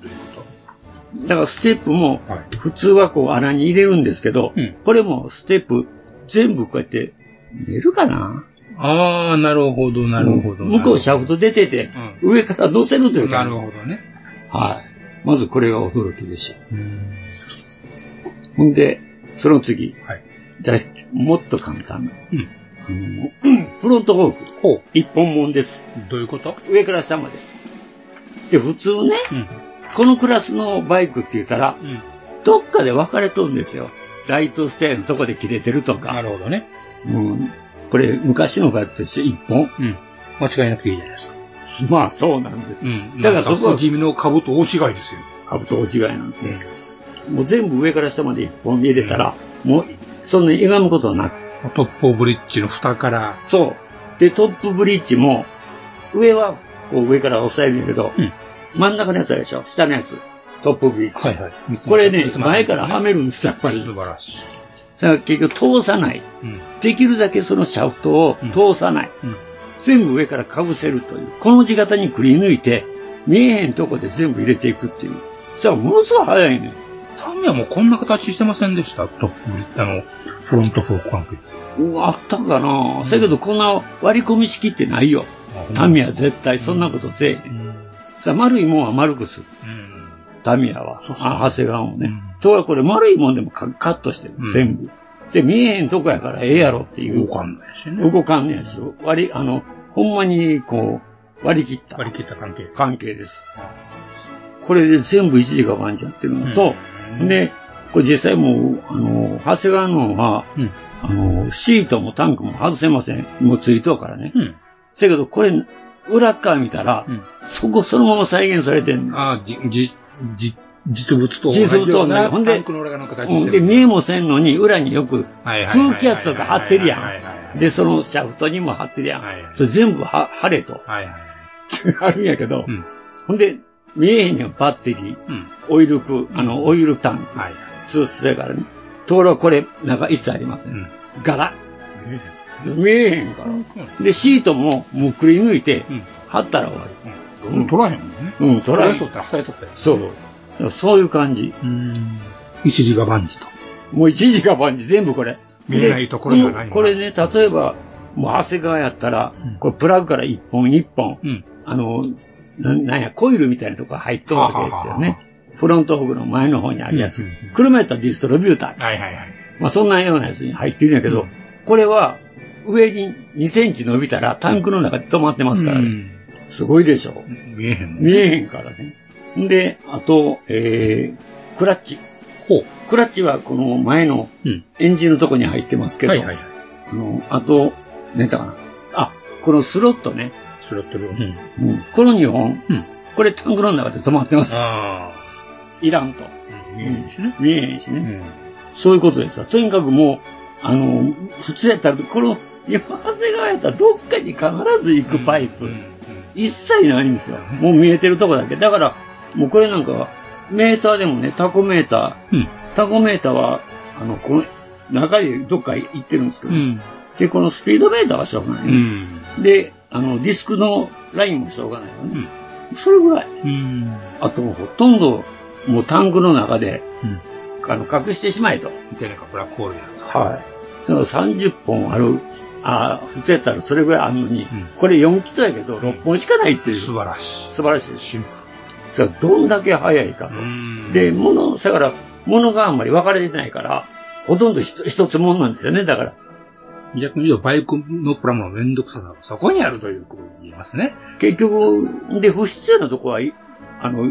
だから、ステップも、はい。普通はこう穴に入れるんですけど、うんこれもステップ全部こうやって出るかなああ、なるほど、なるほど。向こうシャフト出てて、上から乗せるというか、なるほどね。はい。まずこれが驚きでした。ほんで、その次、はいだいもっと簡単な、うんあの うんフロントフォーク、ほう。一本もんです。どういうこと上から下まで。で、普通ね、うん。このクラスのバイクって言ったら、うん。どっかで分かれとるんですよ。ライトステーのとこで切れてるとかな。るほどね。うん、これ、昔のバイクとして一本うん。間違いなくていいじゃないですか。まあ、そうなんです。うん。だからそこは君の株と大違いですよ。株と大違いなんですね。もう全部上から下まで一本入れたら、もう、そんなに歪むことはなく。トップオブリッジの蓋から、そう。で、トップブリッジも、上は、こう上から押さえるんだけど、うん真ん中のやつあるでしょ下のやつ。トップブリッジ。はいはい。これね、前からはめるんです、やっぱり。素晴らしい。だから結局通さない。うん。できるだけそのシャフトを通さない。うん。全部上からかぶせるという、この字型にくり抜いて、見えへんとこで全部入れていくっていう。じゃあ、ものすごい早いね。タミヤもこんな形してませんでした。トップブリッジ、あの、フロントフォーク関係。うんあったかな、だけど、こんな割り込み式ってないよ。タミヤ絶対そんなことせえへん。うん。さあ、丸いもんは丸くする。うん。タミヤは。あ、長谷川もね。うんところがこれ丸いもんでもカカットしてる。うん全部。で、見えへんとこやからええやろっていう。動かんないしね。動かんねやし。割り、あの、ほんまに、こう、割り切った。割り切った関係。関係です。これで全部一時が万事やってるのと、うんで、これ実際もう、あの、長谷川のは、うんあの、シートもタンクも外せません。もうついとうからね。うん。せやけど、これ、裏っ側見たら、うんそこそのまま再現されてんの。ああ、じ、じ、じ、実物と同じ実物と同ようじな。ほんでタンクの裏側の形うしんてで、る。見えもせんのに、裏によく、はいはいはいはい空気圧とか貼ってるやはいはいはん。いで、そのシャフトにも貼ってるやん。はいはいそれ全部は貼れと。 はいはい。あるんやけど、うん。ほんで、見えへんやん、バッテリー、うん。オイルク、あの、オイルタンク。はい。そう、それからね。ところがこれ、中一切ありませ。うんん。柄。見えへんから。で、シートも、もうくり抜いてうん、貼ったら終わり。うん取らへんもんね。うん、取らへん取ったら働いとったよ。そう。そういう感じ。うん。一時が万事と。もう一時間万事全部これ。見えないところにはないでこれね、例えば、もう長谷川やったら、これプラグから一本一本、うん。あの、ななんや、コイルみたいなとこが入っとるわけですよね。フロントホグの前の方にあるやつ。うんうんうん車やったらディストロビューター。はいはいはい。まあそんなようなやつに入ってるんやけど、これは上に2センチ伸びたらタンクの中で止まってますから、うねんすごいでしょ。見えへんもん見えへんからね。で、あと、えー、クラッチ。クラッチはこの前のうんエンジンのとこに入ってますけど、はいはいはい。あのあと、何やったかな。あ、このスロットね。スロットル。うん。うんこの2本、うんこれタンクの中で止まってます。あいらんと。あ。見えへんしね。見えへんしね。うん。そういうことですわとにかくもう、あの、普通やったら、この山瀬川やったらどっかに必ず行くパイプ。うんうん一切ないんですよ。もう見えてるとこだけ。だから、もうこれなんかは、メーターでもね、タコメータうん。ー、タコメーターは、あの、この中でどっか行ってるんですけど、うん。で、このスピードメーターはしょうがない、うん。で、あの、ディスクのラインもしょうがないよね。それぐらい。うん。あと、ほとんど、もうタンクの中で、うんあの、隠してしまえと。みたいなのがブラックホールや。はい。だから30本ある、ああ、普通やったらそれぐらいあるのに、んこれ4キットやけど、6本しかないっていう。素晴らしい。素晴らしいです。シンプそれはどんだけ速いかル。うんと。で、物、だから、物があんまり分かれてないから、ほとんど一一つもんなんですよね、だから。逆に言うと、バイクのプラモの面倒くささがそこにあるということを言いますね。結局、で、不必要なとこはい、あの、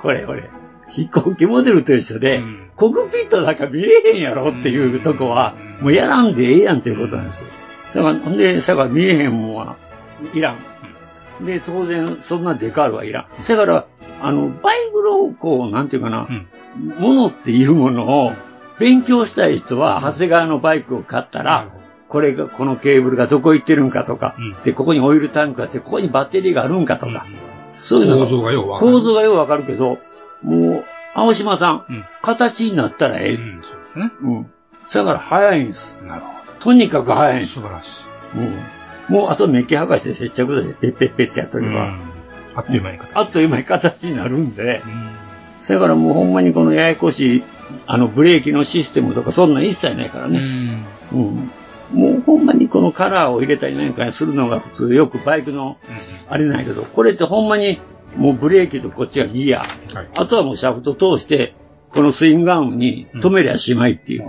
これこれ、飛行機モデルと一緒で、うんコックピットなんか見えへんやろっていうとこは、うんもうやらんでええやんということなんですよ。だから、ほんで、だから見えへんもんはいらん。で、当然、そんなデカールはいらん。だから、あの、バイクの、こう、なんていうかな、うんものっていうものを勉強したい人は、長谷川のバイクを買ったならる、ほどこれが、このケーブルがどこ行ってるんかとか、うんで、ここにオイルタンクがあって、ここにバッテリーがあるんかとか、そういうの構が造がようわかる。構造がよくわかるけど、もう、青島さん、うん形になったらええ。うん、そうですね。うん。だから早いんです。なるほとにかく早いんど。で素す。晴らしい。うん。もう、あとメッキ剥がして接着剤でペッペッペッってやっとうけば、んあっという間に形。あっという間に形になるんで、うんだからもうほんまにこのややこしい、あの、ブレーキのシステムとかそんなん一切ないからうね。ん。うん。もうほんまにこのカラーを入れたりなんかするのが普通よくバイクのあれないけど、これってほんまにもうブレーキとこっちがギア、はい。あとはもうシャフト通して、このスイングアームに止めりゃしまいっていう。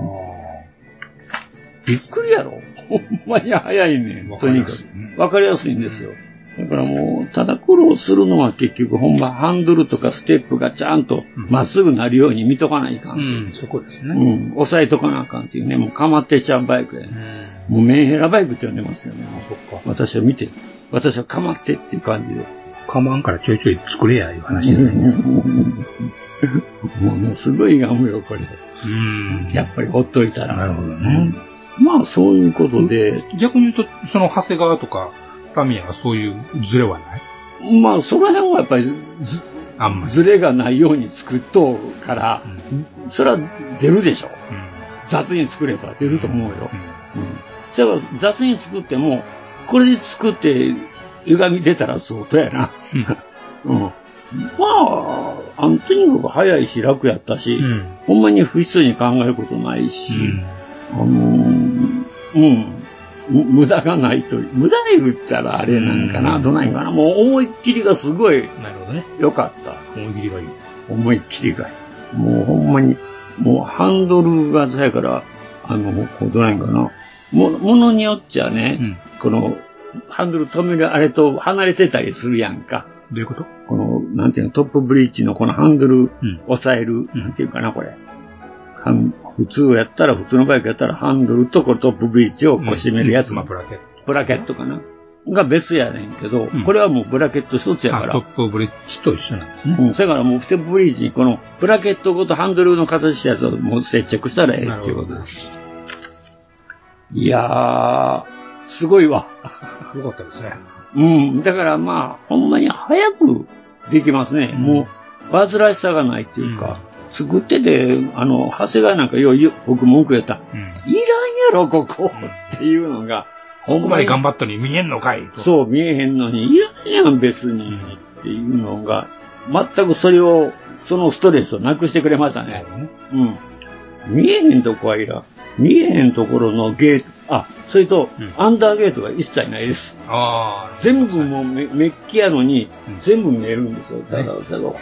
びっくりやろほんまに早いねん。わとかりにやかすいく。わかりやすいんですよ。だからもう、ただ苦労するのは結局ほんまハンドルとかステップがちゃんとうんまっすぐなるように見とかないか。うんん、そこですうね。ん。押さえとかなあかんっていうね。もうかまってちゃうバイクやうね。ん。もうメンヘラバイクって呼んでますよね。もうそっか。私は見て、私はかまってっていう感じで。かまんからちょいちょい作れやいう話じゃないですか。ものすごいがむよ、これ。うんやっぱりほっといたら。なるほどね。まあ、そういうことで、逆に言うと、その長谷川とか、タミヤはそういうズレはないまあ、その辺はやっぱりず、あんまり。ずれがないように作っとるから、それは出るでしょ。雑に作れば出ると思うよ。うん。だから、雑に作っても、これで作って、歪み出たら相当やな。うん。まあ、あの、とにかく早いし楽やったし、うん。うん。ほんまに不必要に考えることないし、あのーうん。む無駄がないという。無駄に言ったらあれなんかな、うんどないんかな。もう思いっきりがすごいなるほどね。良かった。思い切りがいい。思いっきりが。もうほんまに、もうハンドルが、だから、あの、こうどないんかな。も、ものによっちゃね、うんこの、ハンドル止めるあれと離れてたりするやんか。どういうことこの、なんていうの、トップブリッジのこのハンドルうん押さえる、うんなんていうかな、これ。ハン普通やったら、普通のバイクやったら、ハンドルとこれトップブリッジをこう締めるやつ、まあ、ブラケッブラケットかな。が別やねんけど、んこれはもうブラケット一つト。やかあ、トら。ップブリッジと一緒なんですね。うん、そやからもうトップブリッジにこのブラケットごとハンドルの形したやつをもう接着したらええっていうことです。す。いやー、すごいわ。よかったですね。うん、だからまあ、ほんまに早くできますね。うんもう、煩わしさがないっていうか、作ってて、あの、長谷川なんかよう言う、僕文句やった。うん。いらんやろ、ここっていうのが、ほここまで頑張張ったのに見えんのかいと。そう、見えへんのに、いらんやん、別に。っていうのが、全くそれを、そのストレスをなくしてくれましたね。うん。見えへんとこはいらん。見えへんところのゲート、あ、それと、アンダーゲートが一切ないです。あ全部もうメメッキやのに、全部見えるんですよ。だから、だからあ、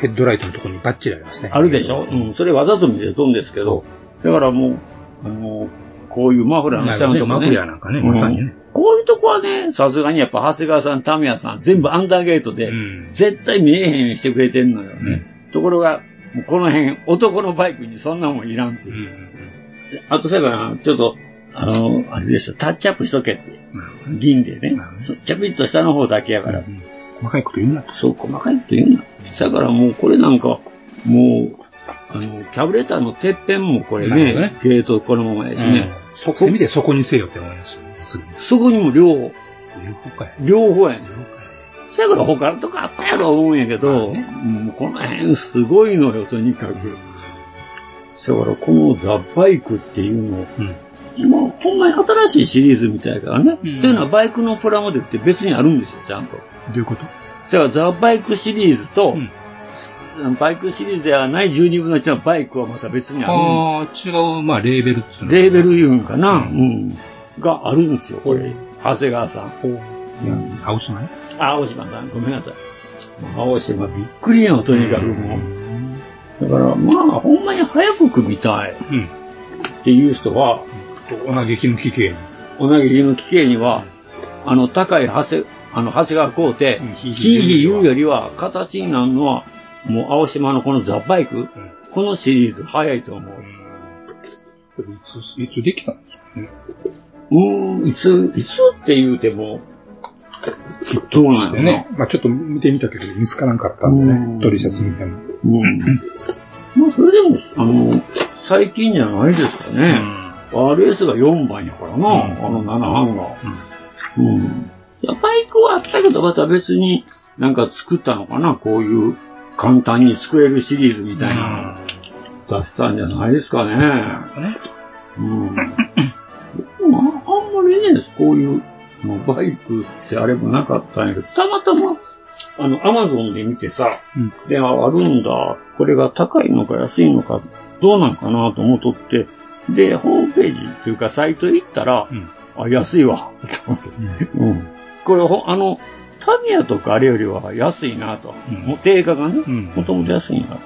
ヘッドライトのところにバッチリありますね。あるでしょ、うん、それわざと見せとんですけど、だからもう、あの、こういうマフラーの下のとこマね。フラーなんかねうまさにねこういうとこはね、さすがにやっぱ長谷川さん、タミヤさん、全部アンダーゲートで、絶対見えへんようにしてくれてんのよね。ところが、もうこの辺、男のバイクにそんなもんいらんっていう。あとそういえばな、ちょっと、あの、あれでしょ、タッチアップしとけって。銀でね。そちゃびっと下の方だけやから。細かいこと言うな。そう、細かいこと言うな。だからもうこれなんか、もう、あの、キャブレターのてっぺんもこれなるね、ほどねゲートこのままやしね。そせめてそこにせよって思いますよ。すぐに。そこにも両方。両方かい。両方やねん。そやから他のとこあったやろ思うんやけど、うんこの辺すごいのよ、とにかく。そやからこのザ・バイクっていうの、今、ほんまに新しいシリーズみたいやからね。っていうのはバイクのプラモデルって別にあるんですよ、ちゃんと。どういうことそやからザ・バイクシリーズと、バイクシリーズではない12分の1のバイクはまた別にあるんですよああ、違う、まあ、レーベルっつうの。レーベルいうんかな、うん、があるんですよ、これ。長谷川さん。うん青島ね。あ、青島さん、ごめんなさい。青島びっくりやん、とにかくもう。だから、まあ、ほんまに早く組みたい。っていう人は、お嘆きの奇形に。お嘆きの奇形には、あの、高い長谷、あの、長谷川工程、ひいひい言うよりは、形になるのは、もう青島のこのザ・バイク、このシリーズ早いと思う。これいつ、いつできたんですかうーん、いつ、いつって言うても、どうなんやろなね。まあ、ちょっと見てみたけど、見つからんかったんでね。取説みたいな。うん。まあ、それでも、あの、最近じゃないですかね。RS が4番やからな、あの7班が。うん。いやバイクはあったけど、また別になんか作ったのかな、こういう簡単に作れるシリーズみたいなの出したんじゃないですかね。うん。でもああんまりね、こういうのバイクってあれもなかったんやけど、たまたま、あの、アマゾンで見てさ、で、ああるんだ、これが高いのか安いのか、どうなんかなと思っとって、で、ホームページっていうかサイト行ったら、あ、安いわ、と思って。うん。これ、ほあの、タミヤとかあれよりは安いなと。もう定価がね、もともと安いな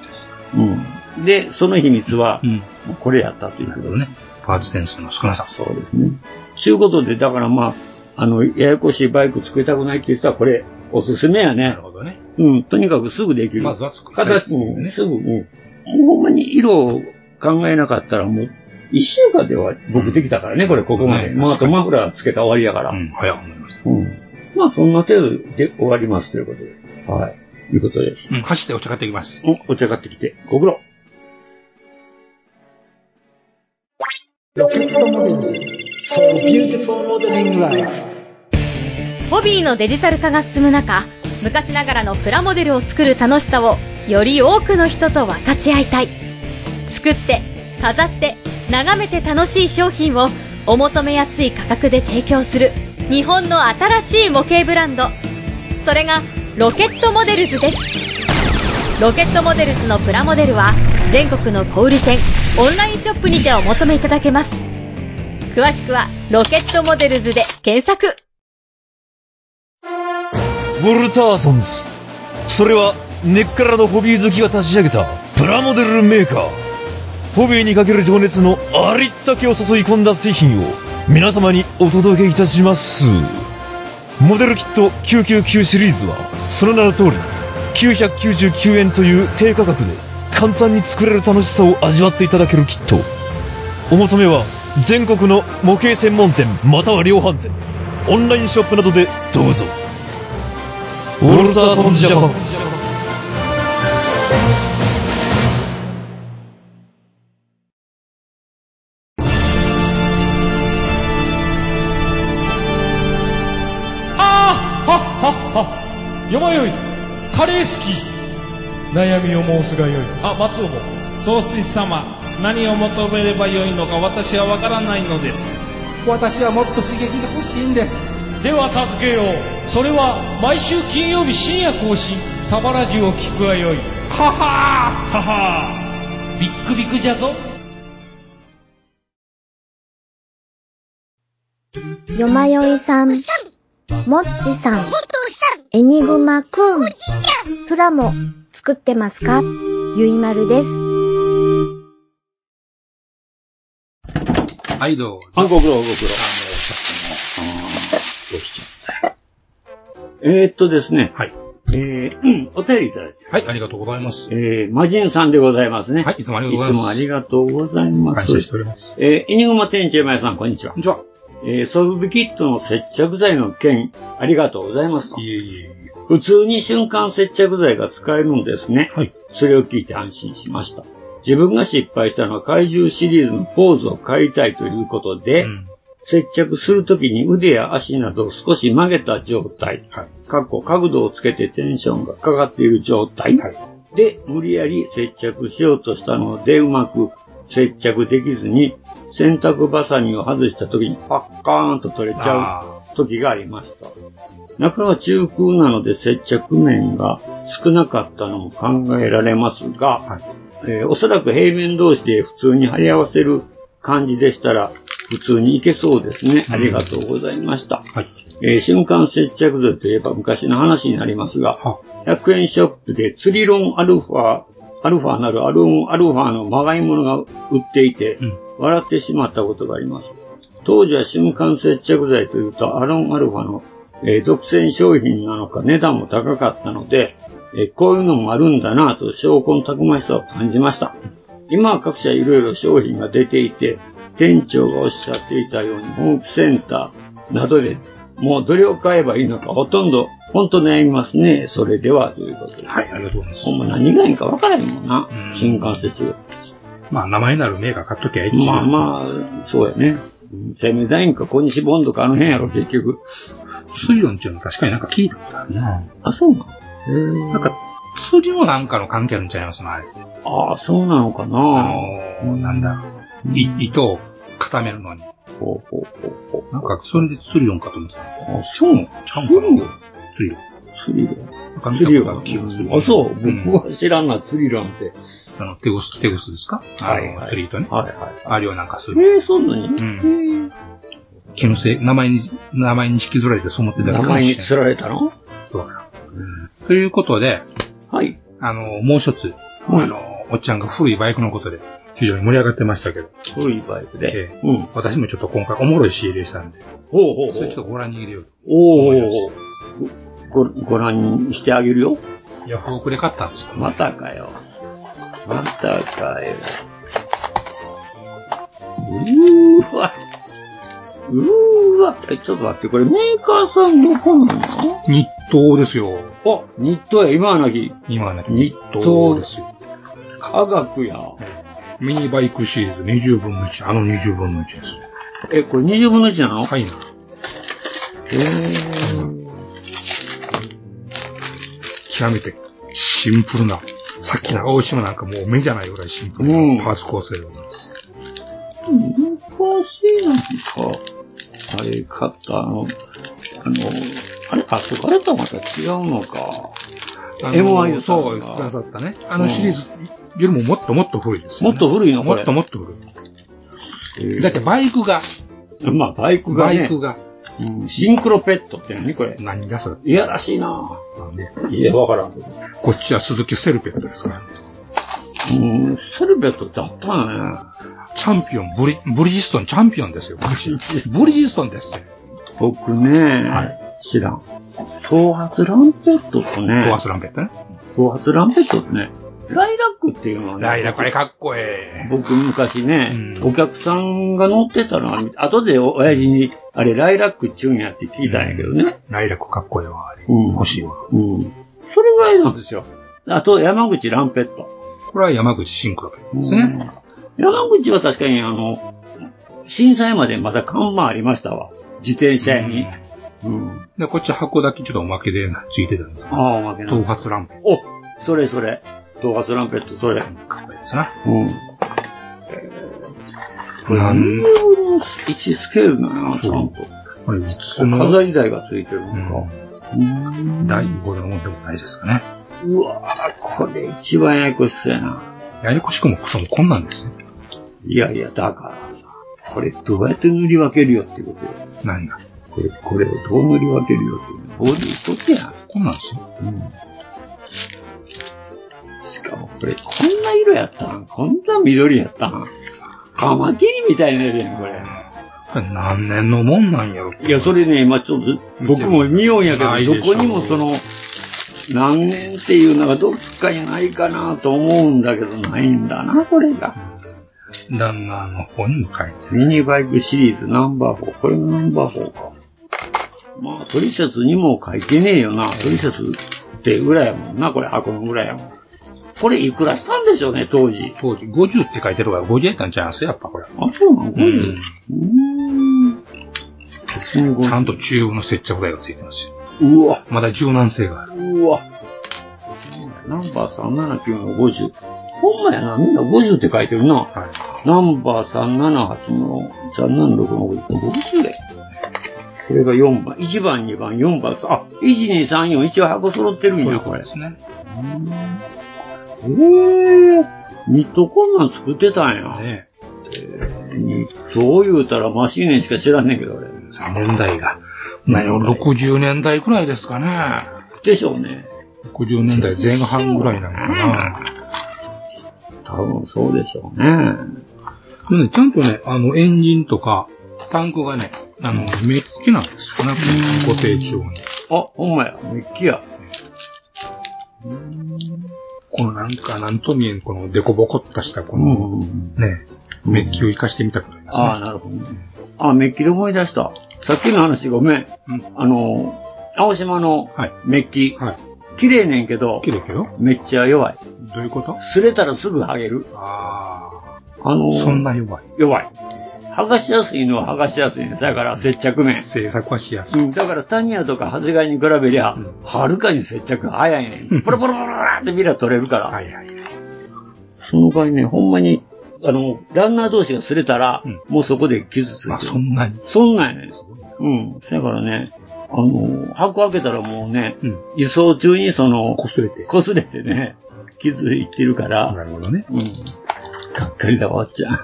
うん。で、その秘密は、もうこれやったということね。パーツ点数の少なさ。そうですね。ちゅうことで、だからまあ、あの、ややこしいバイク作りたくないっていう人は、これ、おすすめやね。なるほどね。うん、とにかくすぐできる。まずは作りたい形に、すぐ、うん。もうほんまに色を考えなかったら、もう、一週間では僕できたからね、これ、ここまで。もうあとマフラーつけたら終わりやから。早思いました。うん。まあ、そんな程度で終わりますということで。はい。ということで。うん、走ってお茶買ってきます。うん、お茶買ってきて。ご苦労。ホビーのデジタル化が進む中、昔ながらのプラモデルを作る楽しさをより多くの人と分かち合いたい。作って、飾って、眺めて楽しい商品をお求めやすい価格で提供する日本の新しい模型ブランド。それがロケットモデルズです。ロケットモデルズのプラモデルは全国の小売店、オンラインショップにてお求めいただけます。詳しくはロケットモデルズで検索。ウォルターソンズそれは根っからのホビー好きが立ち上げたプラモデルメーカーホビーにかける情熱のありったけを注い込んだ製品を皆様にお届けいたしますモデルキット999シリーズはその名の通り999円という低価格で簡単に作れる楽しさを味わっていただけるキットお求めは全国の模型専門店または量販店オンラインショップなどでどうぞウォルターソンズジャパンあーはっはっは山よいカレー好き悩みを申すがよいあ松尾も総帥様何を求めればよいのか私はわからないのです私はもっと刺激が欲しいんですでは助けようそれは毎週金曜日深夜更新サバラジュを聞くがよいははーははービックビックじゃぞよまよいさん、もっちさん、エニグマくん、プラモ作ってますかゆいまるです。はい、どうぞ。あ、ご苦労、ご苦労。えー、っとですね。はい。えー、うんお便りいただいて。はい、ありがとうございます。えー、魔人さんでございますね。はい、いつもありがとうございます。いつもありがとうございます。感謝しております。えー、イニグマ店長山屋さん、こんにちは。こんにちは。えー、ソルビキットの接着剤の件、ありがとうございますと。いえいえいえ。普通に瞬間接着剤が使えるんですね。はい。それを聞いて安心しました。自分が失敗したのは怪獣シリーズのポーズを変えたいということで、接着するときに腕や足などを少し曲げた状態、かっこ角度をつけてテンションがかかっている状態、で、無理やり接着しようとしたので、うまく接着できずに、洗濯バサミを外したときにパッカーンと取れちゃう時がありました。中が中空なので接着面が少なかったのも考えられますが、えーおそらく平面同士で普通に貼り合わせる感じでしたら、普通にいけそうですね。ありがとうございました。えー瞬間接着剤といえば昔の話になりますが、100円ショップで釣りロンアルファ、アルファなるアルンアルファのまがいものが売っていて、笑ってしまったことがあります。当時は瞬間接着剤というとアロンアルファの、えー独占商品なのか値段も高かったので、えーこういうのもあるんだなぁと証拠のたくましさを感じました。今は各社いろいろ商品が出ていて、店長がおっしゃっていたようにホームセンターなどでもうどれを買えばいいのかほとんど、ほんと悩みますね。それでは、ということで。はい、ありがとうございます。ほんま何がいいんか分からへんもんな。新幹線。まあ、名前なるメーカー買っときゃいいしまあまあ、そうやね。セミダインか小西ボンドかあの辺やろ、結局。スリロンっていうの確かになんか聞いたことあるな。あ、そうなのなんか、釣りもなんかの関係あるんちゃいますのあれ。ああ、そうなのかなあのー、なんだろう。い糸を固めるのに。ほうほうほうほう。なんか、それで釣りロンかと思ってた。あ、そうなのちゃうんかな釣りロン。釣りロン。釣りロン気がする。あ、そう。僕は知らんな、釣りロンって。あの、テグス、テグスですかはいあはのい釣り糸ね。はいはい。あれをなんかする。えー、そんなにうん。気のせい、名前に、名前に引きずられてそう思ってただ名けかも前しにれない釣られたのそうだということで、はい。あの、もう一つ、あの、おっちゃんが古いバイクのことで、非常に盛り上がってましたけど。古いバイクで。ええ私もちょっと今回おもろい仕入れしたんで、ほうほうそほれちょっとう。ご覧に入れようと。おーごご覧にしてあげるよ。ヤフオクで買ったんですよ。またかよ。またかよ。うーわ。うーわ。えちょっと待って、これメーカーさんどこなの日東ですよ。あ、日東や、今の日。今ね、日東で東、すよ。科学や。ミニバイクシリーズ20分の1、あの20分の1です。え、これ20分の1なのはいな。えー、極めてシンプルな、さっきの青島なんかもう目じゃないぐらいシンプルうんなパーツ構成でございます。難しいなんか。あれ買った、あの、あの、あれ買っとかれたらまた違うのか。あの MIU さんがそう、くださったね。あのシリーズよりももっともっと古いですよ、もっと古いのこもれっともっと古えい。ーだってバイクが、 まあ、バイクがバね。イクが、うんシンクロペットって何これ何だそれ。いやらしいななんで、ぁ。いや、わからん。うこっちは鈴木セルペットですから。ーん、セルベットってあったね。チャンピオン、ブリ、ブリヂストンチャンピオンですよ。私ブリヂストンですよ。僕ね、知らん。頭髪ランペットとね、ドアスランペットね。頭髪ランペットってね、ライラックっていうのはね、ライラ、これかっこえ僕昔ね、うんお客さんが乗ってたのは、後で親父に、あれ、ライラックっちゅうんやって聞いたんやけどね。え。ライラックかっこええわ、あれ。うん。欲しいわ。うん。それぐらいなんですよ。あと、山口ランペット。これは山口シンクロペットですうねん。山口は確かにあの、震災までまだ看板ありましたわ。自転車屋に。うん。で、こっち箱だけちょっとおまけでついてたんですけど、ああ、負けな頭い。髪ランペッお、それそれ。東発ランペット、それ。うん。トかっこええですな。これ、な何んの位置スケールなのちゃんと。これいつの、飾り台がついてるのか。うん第5弾の状態ですかね。うわぁ、これ一番ややこしそうやな。ややこしくもクソもこんなんですね。いやいや、だからさ、これどうやって塗り分けるよってことよ。何がこれ、これをどう塗り分けるよっていうの。ボディ一つやん。こんなんですよ。しかもこれ、こんな色やったんこんな緑やったんカマキリみたいな色やん、これ。これ何年のもんなんやろ。いや、それね、今ちょっと、僕も見ようんやけないでど、しどょこにもその、何年っていうのがどっかにないかなと思うんだけど、ないんだな、これが。旦那の方にも書いてミニバイクシリーズナンバー4。これがナンバー4か。まあ、トリシャツにも書いてねえよな。トリシャツってぐらいやもんな、これ箱のぐらいやもん。これいくらしたんでしょうね、当時。当時、50って書いてるから50やったんちゃいますやっぱこれ。あ、そうなの ?50。ちゃんと中央の接着剤がついてますよ。うわ、まだ柔軟性がある。うわ。ナンバー379の50。ほんまやな、みんな50って書いてるな。ナンバー378の、376の50で。これが4番。1番、2番、4番。あ、1、2、3、4、一応箱揃ってるんや、これ。ですね。えー、ニットこんなん作ってたんや。ねえーニットを言うたらマシーネしか知らんねんけど、俺。年代が。何を60年代くらいですかね。でしょうね。 60年代前半ぐらいなのかな。多分そうでしょうね。でね、ちゃんとね、あの、エンジンとか、タンクがね、あの、メッキなんですよね。固定中に。あ、ほんまや、メッキや。このなんか、なんと見えん、この、デコボコっとした、この、ね、メッキを活かしてみたくなりますね。ああ、なるほどね。あ、メッキで思い出した。さっきの話ごめん。あの、青島のメッキ。綺麗ねんけど。綺麗けどめっちゃ弱い。どういうこと擦れたらすぐ剥げる。ああ。あのーそんな弱い。弱い。剥がしやすいのは剥がしやすいんです。だから接着面。制作はしやすい。だからタニヤとかハゼガイに比べりゃ、はるかに接着が早いねん。ポロポロポロポロってビラ取れるから。その場合ね、ほんまに、あの、ランナー同士が擦れたら、もうそこで傷ついてる。そんなにそんなんやねん。うん。だからね、あの、箱開けたらもうね、輸送中にその、擦れて。擦れてね、傷いってるから。なるほどね。うん。がっかりだわ、おっちゃん。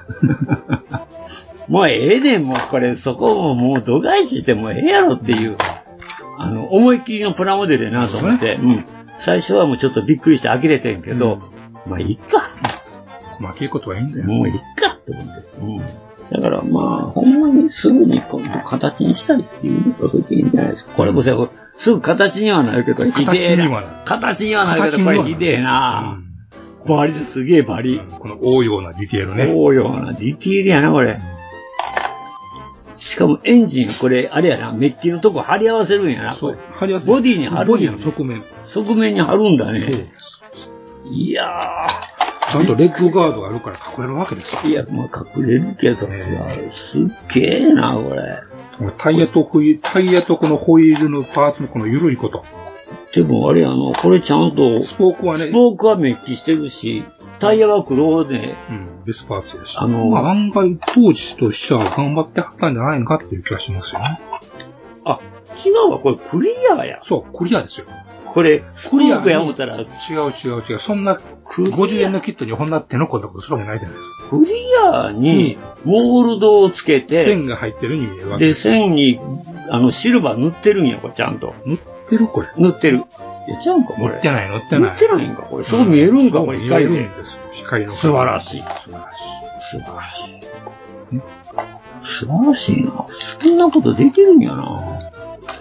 もうええねん、もうこれ、そこももう度外視してもええやろっていう、あの、思いっきりのプラモデルやなと思って、うん。最初はもうちょっとびっくりして呆れてんけど、まあいいか。まあ、けることはいいんだよ。もういいかって思って。うん。だからまあ、ほんまにすぐにこの形にしたいっていうのとそれでいいんじゃないですか。これこそ、すぐ形にはなるけど、ひでえ形にはなな。形にはなるけど、形にこはなれるひでえな。バリですげえバリ。この応用なディテールね。応用なディテールやな、これ。しかもエンジン、これ、あれやな、メッキのとこ貼り合わせるんやな。そう。貼り合わせボディに貼るんやボディの側面。側面に貼るんだね。いやちゃんとレッグガードがあるから隠れるわけですよ。いや、まあ隠れるけどさ、すっげえな、これ。タイヤとホイール、タイヤとこのホイールのパーツのこの緩いこと。でもあれやな、これちゃんと、スポークはね、スポークはメッキしてるし、タイヤは黒で、うん、ベスパーツやし。あの、まあ、案外当時としては頑張ってはったんじゃないのかっていう気がしますよね。あ、違うわ、これクリアや。そう、クリアですよ。これ、スポクリアーにクや思ったら、違う違う違う。そんな、50円のキットにこんな手の込んだことするわけないじゃないですか。クリアにモールドをつけて、線が入ってるに見えるわけで、線に、あの、シルバー塗ってるんや、これ、ちゃんと。塗ってるこれ。塗ってる。いや、ちゃうんか、これ。塗ってない塗ってない塗ってないんか、これ。そう見えるんか、うんこれ、そう見え光るで。んですよ光の素晴らしい。素晴らしい。素晴らしい。素晴らしいな。そんなことできるんやな。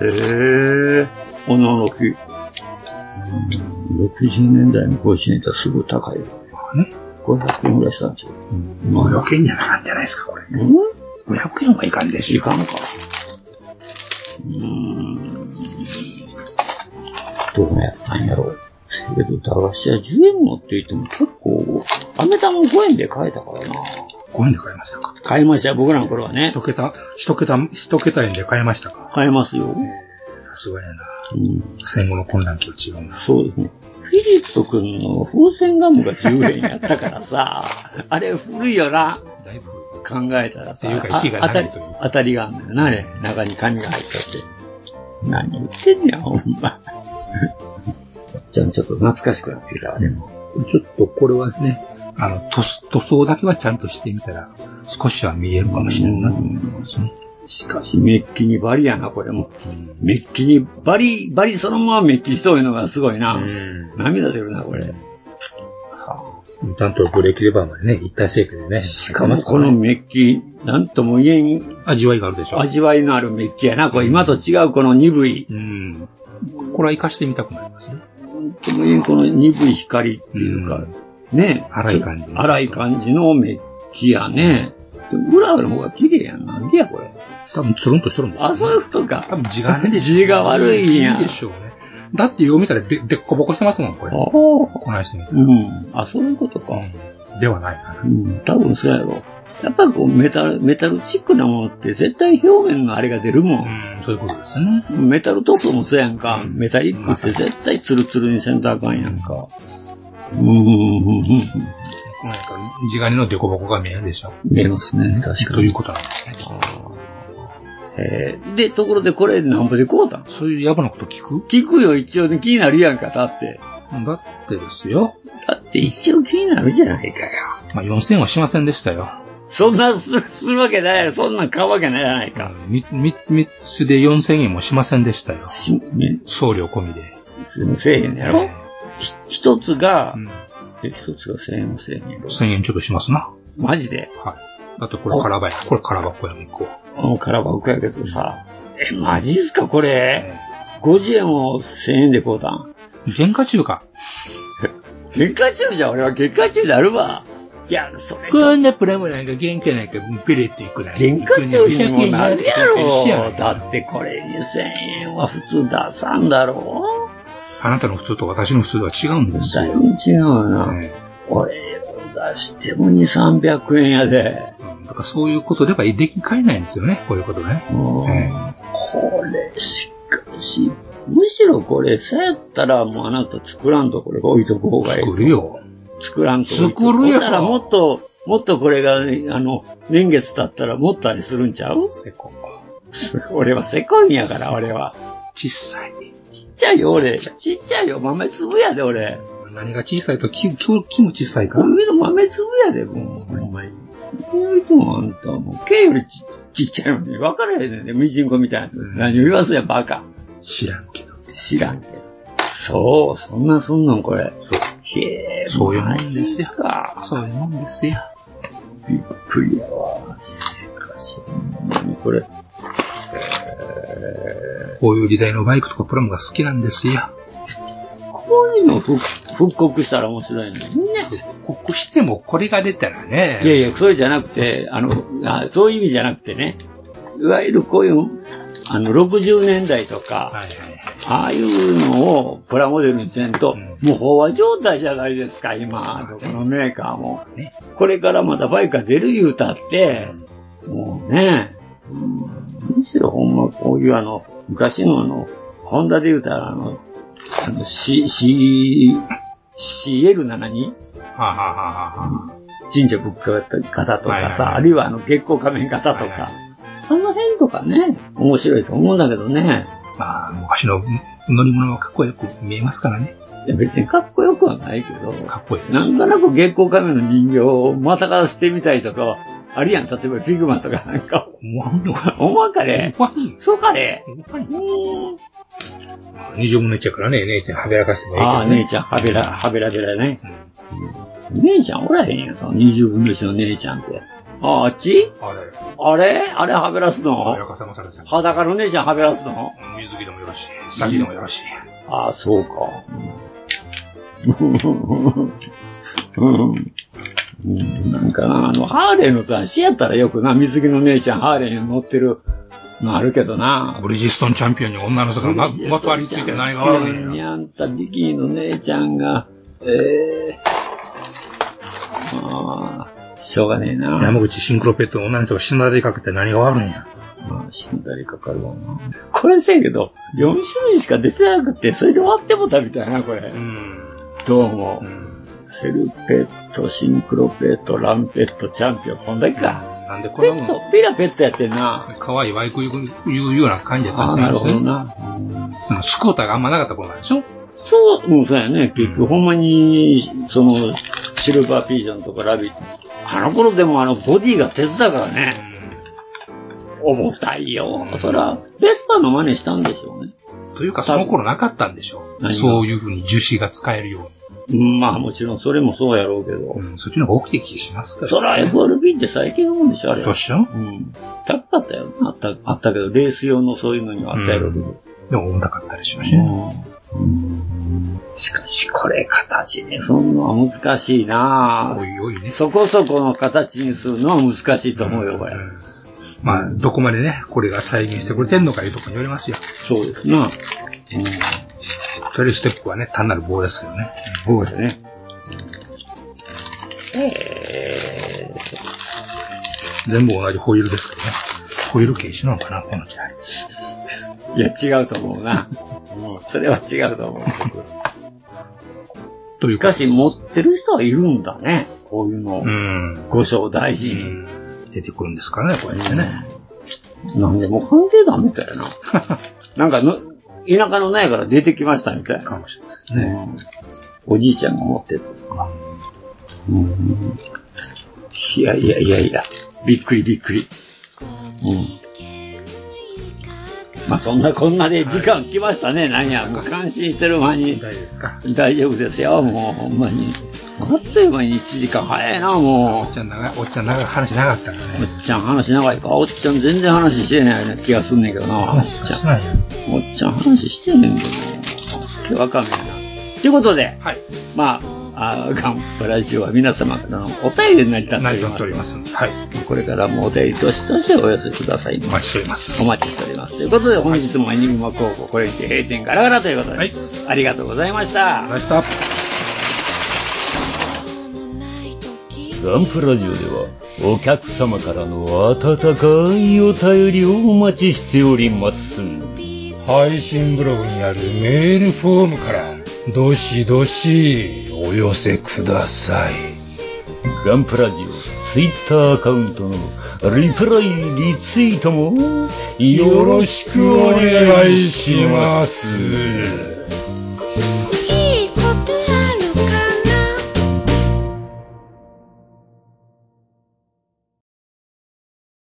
へえ、驚き。うん60年代の50年ってすごい高いよ。ね。 500円ぐらいしたんちゃうまあ、余計にはならんじゃないですか、これ。うん ?500 円はいかんでしょ。いかんか。うーん。どうやったんやろう。けど、駄菓子屋10円持っていっても結構、飴玉5円で買えたからな。 5円で買いましたか。買いましたよ、僕らの頃はね。一桁、一桁、一桁円で買いましたか。買えますよ。さすがやな。うん。戦後の混乱期は違うな。そうですね。フィリップ君の風船ガムが10円やったからさ、 あれ古いよな。考えたらさ、っていうかあ息がない当たり当たりがあんのよな、あれ。中に紙が入っとって。何言ってんねん、ほんま。じゃ あちょっと懐かしくなってきたわ、でも。ちょっとこれはね、あの、塗装塗装だけはちゃんとしてみたら、少しは見えるかもしれないなと思いますね。しかし、メッキにバリやな、これも。メッキにバリ、バリそのままメッキしとるのがすごいな。涙出るな、これ。無担当ブレーキレバーまでね、一体成形でね。ししかもこのメッキ、なんとも言えん味わいがあるでしょ。味わいのあるメッキやな。これ今と違うこの鈍い。うん。これは活かしてみたくなりますね。なんとも言えんこの鈍い光っていうか、ね。粗い感じ粗い感じのメッキやね。で裏の方が綺麗やん。なんでや、これ。多分つるんとしとるんですよあ、そういうことか。多分字がねでしょ。字が 悪いんや字でしょうね。だってよう見たらででっこぼこしてますもん、これ。あこないしてみたあ。うん。あ、そういうことか。ら。ではないな。うん、多分そうやろ。やっぱこうメタル、メタルチックなものって絶対表面のあれが出るもうん、ん。そういうことですね。メタルトークもそうやんか。メタリックって絶対ツルツルにせんとあかんやんか。うん、うん、うん、うん。なんか、地金のデコボコが見えるでしょ。見えますね、確かといにう。ことなんですね。えーで、ところでこれなんぼでこうたんそういう野暮なこと聞く聞くよ、一応ね、気になるやんか、だって。だってですよ。だって一応気になるじゃないかよ。まあ、4000はしませんでしたよ。そんなすするわけないやろ、そんなん買うわけないやないか。み、み、み、それで4000円もしませんでしたよ。しね、送料込みで。すぐせえへんやろ。ひ一つがう、ん。え一つが千円もせえへんやろ。 1000円ちょっとしますな。マジで。はい。あとこれカラバや。これカラバ小山行こう。うん、空箱やけどさ。え、マジっすか、これ。50円を1000円で買うたん。原価中華。月下中じゃん、俺は月下中であるわ。いや、それちょっとこんなプラモなんか原価なんかベレっていくら原価中にもなるやろ。だだってこれ2000円は普通出さんだろあなたの普通と私の普通とは違うんですだいよ。ぶ違うな。え俺を出しても2、300円やで。えうんだからそういうことではできかえないんですよね、こういうことね。うんえこれ、しかし、むしろこれ、そうやったらもうあなた作らんとこれ置いとく方えがいいと。作るよ。作らんと。作るやろほんならもっと、もっとこれが、あの、年月経ったらもっとあれするんちゃう セコは俺はセコンやから、俺は。小さい。ちっちゃいよ、俺。ちっちゃいよ、豆粒やで、俺。何が小さいと、木、木木も小さいから。上の豆粒やで、もう、ほんまに。意外ともあんた、もう、毛よりちちっちゃいのに、分からへんねんね、ミジンコみたいな。何を言わすんや、バカ。知らんけど。知らんけど。そう、そんなすんのん、これ。へえ、そういうもんですよマジか。そういうもんですよ。びっくりやわ。しかし、ほんまにこれ。こういう時代のバイクとかプラモが好きなんですよ。こういうのを復復刻したら面白いのにね。ここしてもこれが出たらね。いやいや、そうじゃなくて、あの、あそういう意味じゃなくてね、いわゆるこういう、あの、60年代とか、はいはいはい。ああいうのをプラモデルにせんと、うんもう飽和状態じゃないですか、今、どこのメーカーも。ねこれからまたバイクが出る言うたって、もうね、うんむしろほんまこういうあの、昔のあの、ホンダで言うたらあの、あの、C、C、CL72? はあ、はあはあはあはあ、神社仏方とかはいはいはさ、いあるいはあの月光仮面方とはいはか、その辺とかね、面白いと思うんだけどね、まあ、昔の乗り物はかっこよく見えますからね。いや別にかっこよくはないけど、かっこいいです。なんとなく月光仮面の人形をまたからしてみたいとか、あるやん、例えばフィグマとかなんか、 思わんよ。思わんかね思わんよ。そうかね思わんうよ。ーん二条もねちゃからね、姉ちゃんはべらかしてもいいけど、ね。ああ、姉ちゃん、はべら、はべらべらね。姉ちゃんおらへんやん、その二十分の一の姉ちゃんって。ああ、あっちあれ、あれあれはべらすはべらのかさまされてた。裸の姉ちゃんはべらすの水着でもよろしい。詐欺でもよろしい。ああ、そうか。うんうん、なんかな、あの、ハーレーの雑誌やったらよくな、水着の姉ちゃん、ハーレーに乗ってるのあるけどな。ブリヂストンチャンピオンに女の人がま、まとわりついて何が悪いんにや。あんた、ビキニの姉ちゃんが、ええまあ、しょうがねえな。山口シンクロペットの女の人が死んだでかけて何が悪いんや。まあ、死んだりかかるわな。これせやけど、4種類しか出てなくて、それで終わってもたみたいな、これう。ん。どうもう。ん。セルペット、シンクロペット、ランペット、チャンピオン、こんだけか。なんでこペれッもト、ペラペットやってんな。可愛いワイクいうような感じだったんじゃないですあーなそのスクーターがあんまなかった頃なんでしょそう、うん、そうやね。結局、ほんまに、その、シルバーピージョンとかラビット。あの頃でもあの、ボディが鉄だからね。重たいよ。そら、ベスパの真似したんでしょうね。というか、その頃なかったんでしょう。何がそういう風に樹脂が使えるように。まあ、もちろんそれもそうやろうけど。そっちの方が大きい気しますから、そら、FRB って最近のもんでしょ、あれ。そうっしょうん。高かったよ。あった、あったけど、レース用のそういうのにはあったやろうけど。でも重たかったりしましたね。しかし、これ形にするのは難しいなぁ。そこそこの形にするのは難しいと思うよ、これ。まあ、どこまでね、これが再現してくれてんのかいうところによりますよ。そうですな。うん。トレイルステップはね、単なる棒ですけどね。棒ですね。全部同じホイールですけどね。ホイール系一緒なのかな、この時代。いや、違うと思うな。うんそれは違うと思う。しかし、持ってる人はいるんだね。こういうの。うん。五章大事に。出てくるんですからね、これってね。なんでも鑑定団みたい な。なんかの、田舎の苗から出てきましたみたいな。かもしれないね。おじいちゃんが持ってたとか。うんいやいやいやいや、びっくりびっくり。うん。まあそんなこんなで時間来ましたね、なんや。もう感心してる間に。大丈夫ですか大丈夫ですよ、もうほんまに。あっという間に1時間早いな、もう。おっちゃん長い、おっちゃん長い話長かったね。おっちゃん話長いか。おっちゃん全然話してないような気がすんねんけどな。おっちゃん。おっちゃん話してへんけどな。手わかめやな。ということで、まあ、あーガンプラジオは皆様からのお便りになりたっております。はい。これからもお便りどしどしお寄せください。お待ちしております。お待ちしております。ということで、本日もエニグマ高校、これにて閉店ガラガラということで、ありがとうございました。ありがとうございました。ガンプラジオではお客様からの温かいお便りをお待ちしております配信ブログにあるメールフォームから、どしどしお寄せください。ガンプラジオツイッターアカウントのリプライリツイートもよろしくお願いします